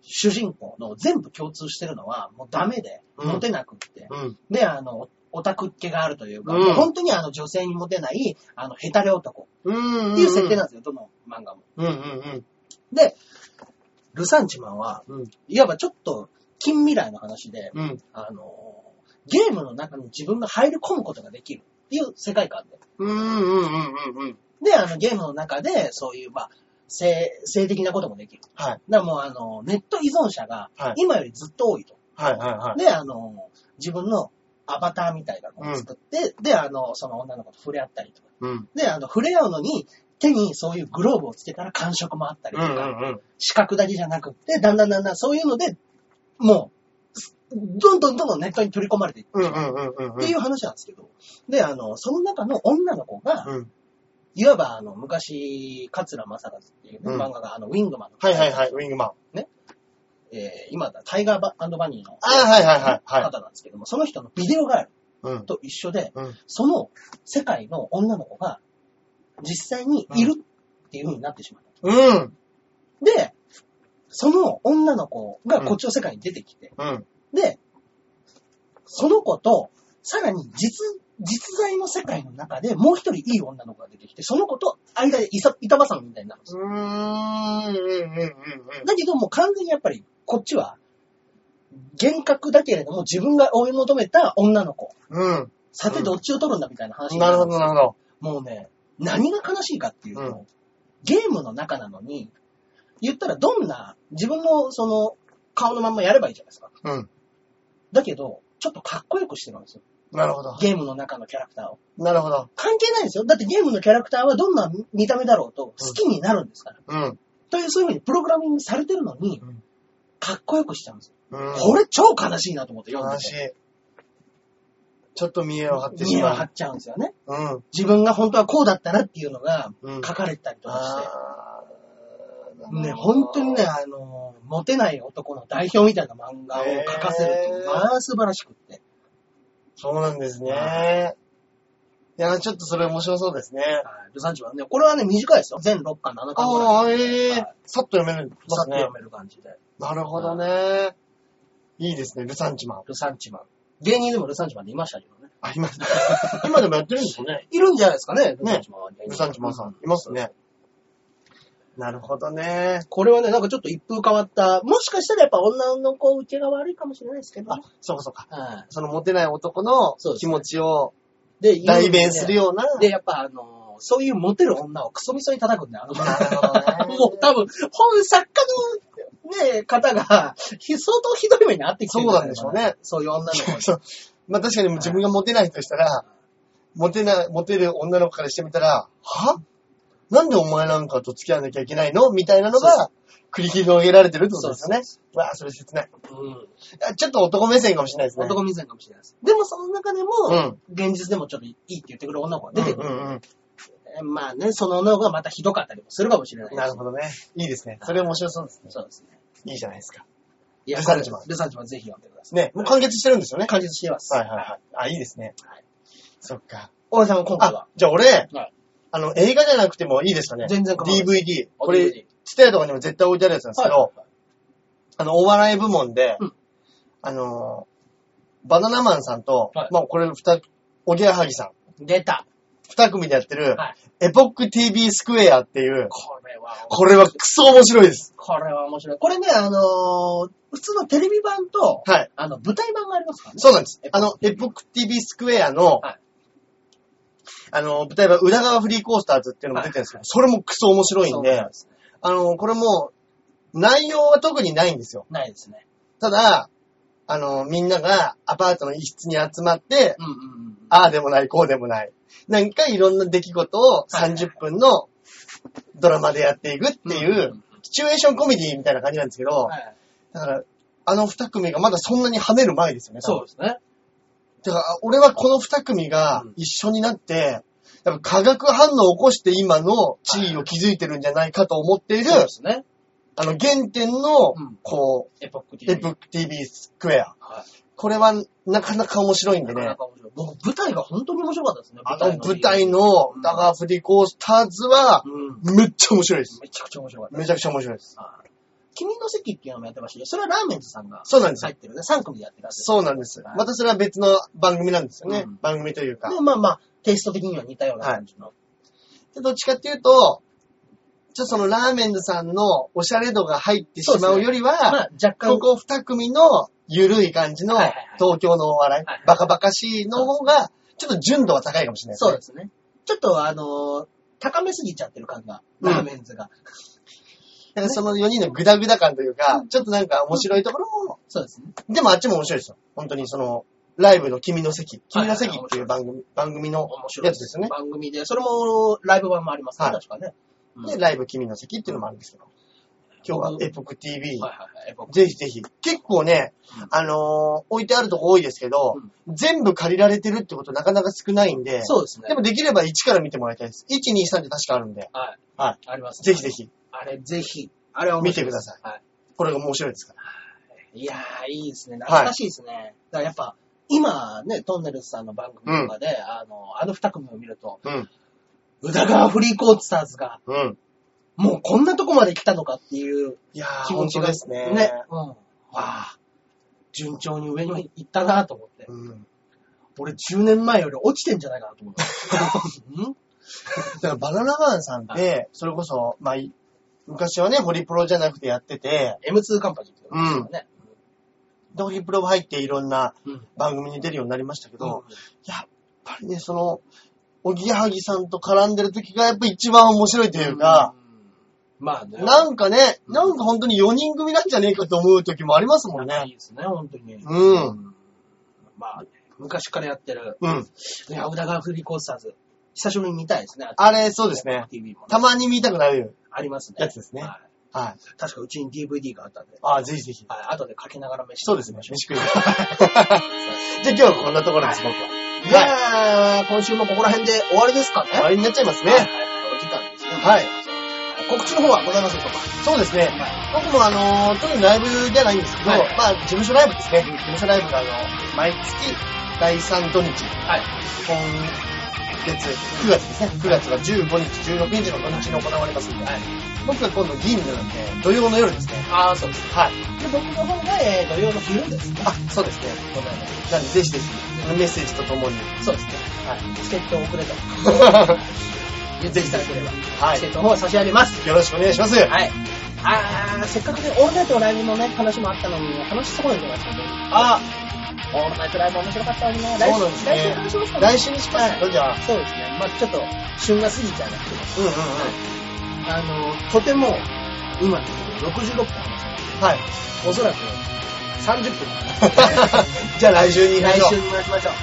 S1: 主人公の全部共通してるのは、もうダメで、
S2: うん
S1: モテなくって、
S2: うん。
S1: で、あの、オタクっ気があるというか、
S2: うん
S1: もう本当にあの女性にモテない、あの、ヘタレ男
S2: うんうん。
S1: っていう設定なんですよ、どの漫画も。
S2: うんうん
S1: で、ルサンチマンは、
S2: うん。うん。
S1: いわばちょっと近未来の話で、
S2: うん。
S1: あの、ゲームの中に自分が入り込むことができるっていう世界観で。
S2: うんうんうんうんうん。
S1: で、あの、ゲームの中で、そういう、まあ、性、性的なこともできる。
S2: はい。
S1: だからもう、あの、ネット依存者が
S2: はい、
S1: 今よりずっと多いと。
S2: はいはいはい。
S1: で、あの、自分のアバターみたいなのを作って、で、あの、その女の子と触れ合ったりとか。
S2: うん。
S1: で、あの、触れ合うのに、手にそういうグローブをつけたら感触もあったり
S2: う
S1: と
S2: んう
S1: か、
S2: んうん。
S1: 視覚だけじゃなくって、だんだんだんだんそういうので、もう、どんどんどんどんネットに取り込まれていく
S2: うんうんうんうんうん。
S1: っていう話なんですけど、で、あの、その中の女の子が、
S2: うん。
S1: いわばあの、昔、桂正和っていうね、
S2: うん
S1: 漫画が、あの、ウィングマンの、
S2: はいはいはい、ウィングマン。
S1: えー今だ、タイガーババニーの
S2: ああ、はいはいはい。はい。
S1: 方なんですけども、その人のビデオガール
S2: うん。
S1: と一緒で、
S2: うん。
S1: その世界の女の子が実際にいるっていう風になってしまっ
S2: うん。
S1: た。で、その女の子がこっちの世界に出てきて、
S2: うん。
S1: で、その子と、さらに実、実在の世界の中でもう一人いい女の子が出てきて、その子と間でいさ板挟みみたいになるんですよ。
S2: うん。うん。うん。
S1: だけどもう完全にやっぱりこっちは、幻覚だけれども自分が追い求めた女の子。
S2: うん。う
S1: さてどっちを取るんだみたいな話
S2: ん。
S1: に
S2: な
S1: る
S2: る
S1: んですよ
S2: ほど、なるほど。
S1: もうね、何が悲しいかっていうと、
S2: う
S1: ゲームの中なのに、言ったらどんな、自分のその、顔のまんまやればいいじゃないですか。
S2: うん。
S1: だけど、ちょっとかっこよくしてるんですよ。
S2: なるほど。
S1: ゲームの中のキャラクターを。
S2: なるほど。
S1: 関係ないんですよ。だってゲームのキャラクターはどんな見た目だろうと好きになるんですから。
S2: うん。
S1: という、そういうふうにプログラミングされてるのに
S2: うん、
S1: かっこよくしちゃうんですよ。
S2: うん。
S1: これ超悲しいなと思って読んで。
S2: 悲してい。ちょっと見栄を張ってし
S1: 見栄を
S2: ま
S1: 張
S2: う
S1: っ。ちゃうんですよね。
S2: うん。
S1: 自分が本当はこうだったらっていうのが
S2: うん
S1: 書かれてたりとかして。
S2: あー
S1: ね、本当にね、。あの、モテない男の代表みたいな漫画を書かせるってい
S2: へ
S1: う、
S2: ー
S1: まあ素晴らしくって。
S2: そうなんですね。いや、ちょっとそれ面白そうですね。
S1: はいルサンチはね、これはね、短いですよ。全6巻、7巻
S2: あ
S1: ぐら
S2: あ、
S1: い。
S2: ええ
S1: はい
S2: さっと読めるんで
S1: さ
S2: す
S1: っと
S2: ね
S1: 読。める感じで。
S2: なるほどね。いいですね、ルサンチマン。
S1: ルサンチマン。芸人でもルサンチマンでいましたけどね。
S2: あり ます。今でもやってるんですよね。
S1: いるんじゃないですかね、ルサンチマンは、
S2: ルサンチマンさん。いますね。なるほどね。
S1: これはね、なんかちょっと一風変わった、もしかしたらやっぱ女の子受けが悪いかもしれないですけど、
S2: あ
S1: ね。、
S2: そうかそうか。
S1: はい。
S2: そのモテない男の
S1: そうです
S2: 気
S1: ね
S2: 持ちを
S1: で、
S2: 代弁する
S1: よ。
S2: ような。
S1: で、やっぱあの、そういうモテる女をクソみそに叩くんだよ、あの
S2: なるほどね。
S1: もう多分、本作家のね、方が、ひ相当ひどい目に遭ってきてるじゃ
S2: そ
S1: いか
S2: うなんでしょうね。
S1: そういう女の子 に。
S2: そう。まあ確かに自分がモテないとしたら、モテない、モテる女の子からしてみたら、はなんでお前なんかと付き合わなきゃいけないのみたいなの
S1: そう
S2: が、繰り広げられてるってことですよね。
S1: そ
S2: わあ、それ切ない。
S1: うん
S2: あちょっと男目線かもしれないですね。
S1: 男未然かもしれないです。でもその中でも、
S2: うん。
S1: 現実でもちょっといいって言ってくる女の子が出てくる。
S2: うんうんうん
S1: まあね、その女の子がまたひどかったりもするかもしれないです
S2: なるほどね。いいですね。それ面白そうですね。
S1: そうですね。
S2: いいじゃないですか。
S1: いや
S2: ルサンチマン
S1: ルサンチマンぜひ読んでください。
S2: ね、もう完結してるんですよね。
S1: 完結しています。
S2: はいはいはい。あ、いいですね。
S1: はい
S2: そっか。
S1: 大江さんは今回
S2: あ
S1: は、、
S2: じゃあ俺、
S1: はい
S2: あの、映画じゃなくてもいいですかね。
S1: 全然構わない
S2: DVD。こ
S1: お
S2: れ、
S1: DVD
S2: ツタヤとかにも絶対置いてあるやつなんですけど、
S1: はい
S2: あの、お笑い部門で、
S1: うん
S2: あのー、バナナマンさんと、
S1: はい
S2: まあこれ二、おぎやはぎさん、
S1: 出た。
S2: 二組でやってる、
S1: はい
S2: エポック TV スクエアっていう、
S1: これは、
S2: これはクソ面白いです。
S1: これは面白い。これね、あのー普通のテレビ版と、
S2: はい。
S1: あの、舞台版がありますからね。
S2: そうなんです
S1: エ。ポ
S2: あの、エポック TV スクエアの、
S1: はい
S2: あの、舞台版、裏側フリーコースターズっていうのも出てるんですけど、
S1: はい
S2: それもクソ面白い
S1: そ
S2: ん
S1: う
S2: で
S1: なん、ですね
S2: あの、これも、内容は特にないんですよ。
S1: ないですね。
S2: ただ、あの、みんながアパートの一室に集まって、
S1: うんうんうん。
S2: ああでもない、こうでもない。なんかいろんな出来事を30分のドラマでやっていくってい
S1: うんうんう
S2: う、シチュエーションコメディみたいな感じなんですけど、
S1: はい、
S2: だから、あの二組がまだそんなに跳ねる前ですよね。多
S1: そう
S2: 分
S1: ですね。
S2: だから、俺はこの二組が一緒になって、やっぱ化学反応を起こして今の地位を築いてるんじゃないかと思っている、
S1: そうですね。
S2: あの原点の
S1: うん、
S2: こ
S1: エポック
S2: う、エ
S1: TV。
S2: プ TV スクエア。
S1: はい。
S2: これはなかなか面白いんで
S1: なか
S2: ね
S1: な。か面白い。僕、舞台が本当に面白かったですね。
S2: あの舞台。の
S1: うん
S2: ダガーフリーコースターズは、
S1: うん。
S2: めっちゃ面白いです。
S1: めちゃくちゃ面白かったで
S2: めちゃくちゃ面白いです。
S1: す。はい君の席っていうのもやってましたけど、それはラーメンズさんが
S2: そうなんですよ
S1: 入ってるね。3組でやってたんですよ
S2: そうなんです。
S1: はい
S2: またそれは別の番組なんですよね
S1: うん。
S2: 番組というか。
S1: で、まあまあ、テイスト的には似たような感じの。
S2: でどっちかっていうと、ちょっとそのラーメンズさんのおしゃれ度が入ってしまうより
S1: ま
S2: は、
S1: あ、若干
S2: こ、こ二組のゆるい感じの
S1: はいはいはい
S2: 東京のお笑い
S1: はいはい、
S2: バカバカしいの方が、ちょっと純度は高いかもしれない
S1: そう
S2: で
S1: ですね。ちょっと、あのー高めすぎちゃってる感が、
S2: うん
S1: ラーメンズが。
S2: す。だからその4人のグダグダ感というか、ちょっとなんか面白いところも
S1: そうですね。
S2: でもあっちも面白いですよ。本当にその、ライブの君の席、
S1: はい
S2: 君の席っていう番組、番組の
S1: 面白い
S2: やつですよね。
S1: 番組で、それもライブ版もありますね、
S2: はい
S1: 確かね。うん
S2: で、ライブ君の席っていうのもあるんですけど。今日はエポック TV。
S1: はいはいはい。エポック
S2: ぜひぜひ。結構ね
S1: うん、
S2: あのー置いてあるとこ多いですけど、全部借りられてるってことなかなか少ないんで、
S1: そうですね。
S2: でもできれば1から見てもらいたいです。1、2、3って確かあるんで、
S1: はい。
S2: はい。
S1: あります、
S2: ぜひぜ。ひ、
S1: あれ、ぜひ。あれは
S2: 見てください。
S1: は
S2: これが面白いですから。
S1: い。いやー、いいですね。懐かしいですね。だからやっぱ、今ね、トンネルズさんの番組とかで、あの、あの二組を見ると、
S2: うん。
S1: 宇田川フリーコースターズが、
S2: うん。
S1: もうこんなとこまで来たのかっていう
S2: いやー、
S1: 気持ち
S2: 本当
S1: が
S2: ですね。
S1: ね。うん。わあ、順調に上に行ったなと思って。
S2: うん。
S1: 俺10年前より落ちてんじゃないかな と思った。うん
S2: だからバナナマンさんって、それこそ、まあ、い昔はね、ホリプロじゃなくてやってて、
S1: ?M2 カンパニーってことですからね。
S2: で、ホリプロ入っていろんな
S1: うん。
S2: 番組に出るようになりましたけど、
S1: うん
S2: やっぱりね、その、おぎやはぎさんと絡んでる時がやっぱ一番面白いというか、、
S1: うんまあね。
S2: なんかね、
S1: うん
S2: なんか本当に4人組なんじゃねえかと思う時もありますもん
S1: 仲い
S2: ね。
S1: いですね、本当に。
S2: うん
S1: まあ、昔からやってる、
S2: うん。
S1: いや、宇田川フリーコースターズ、久しぶりに見たいですね。
S2: あれ、そうですね。
S1: TV もね、
S2: たまに見たくなる。
S1: ありますね。
S2: やつですね
S1: はい
S2: はい。
S1: 確かうちに DVD があったんで、はい
S2: ああ、ぜひぜひ。
S1: 後でかけながら飯
S2: そうですね。
S1: 食いまし
S2: 飯 食い。じゃあ今日はこんなところです、僕は。
S1: ょう。じゃあ、今週もここら辺で終わりですかね。
S2: 終わりになっちゃいます
S1: はいはい
S2: ね。
S1: はいお時間ですね。
S2: はい
S1: はい。告知の方はございますでしょうか
S2: そうですね。
S1: は
S2: 僕もあのー、特にライブじゃないんですけど、
S1: はい
S2: まあ、事務所ライブですね。事務所ライブがあの、毎月第3土日、
S1: い。
S2: 今月、9月ですね。9月が15日、16日の土日に行われますんで、
S1: はい
S2: 僕が今度銀座なんで、土曜の夜ですね。
S1: ああ、そうです。
S2: はい。
S1: で、僕の方が、えー、土曜の昼ですね。
S2: あ、そうですね。
S1: ございます。
S2: なんで、ぜひぜひ、メッセージとともに。
S1: そうですね。
S2: はい。
S1: チケットを送れと。言っていただければ、
S2: はい
S1: チケットの方を差し上げます。
S2: よろしくお願いします。
S1: はい。あー、せっかくね、オールナイトライブのね、話もあったのに、話しそうになっちゃった。
S2: あ、
S1: オールナイトライブ面白かったのに
S2: そう
S1: ね、来
S2: なんです
S1: 週、
S2: ね
S1: 来週話しますかね。
S2: 来週にしますかじゃあ。
S1: そうですね。まあちょっと、旬が過ぎちゃいました
S2: う
S1: けど
S2: んうんうん。
S1: あの、とても、今のところ66分話し
S2: はい。
S1: おそらく30分。
S2: じゃあ来週に行きま
S1: 来
S2: しょう
S1: 週。に回しましょう。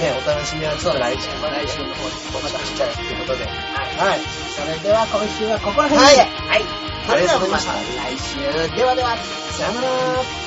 S2: ね、お楽しみはちょっと来週まで
S1: 来週の方
S2: お待ちしちゃうということで。は
S1: はい。
S2: い。
S1: それでは今週はここら辺で。
S2: はい
S1: はい。
S2: ありがとうございま
S1: そ
S2: した
S1: れではまた来週。ではでは。
S2: さよなら。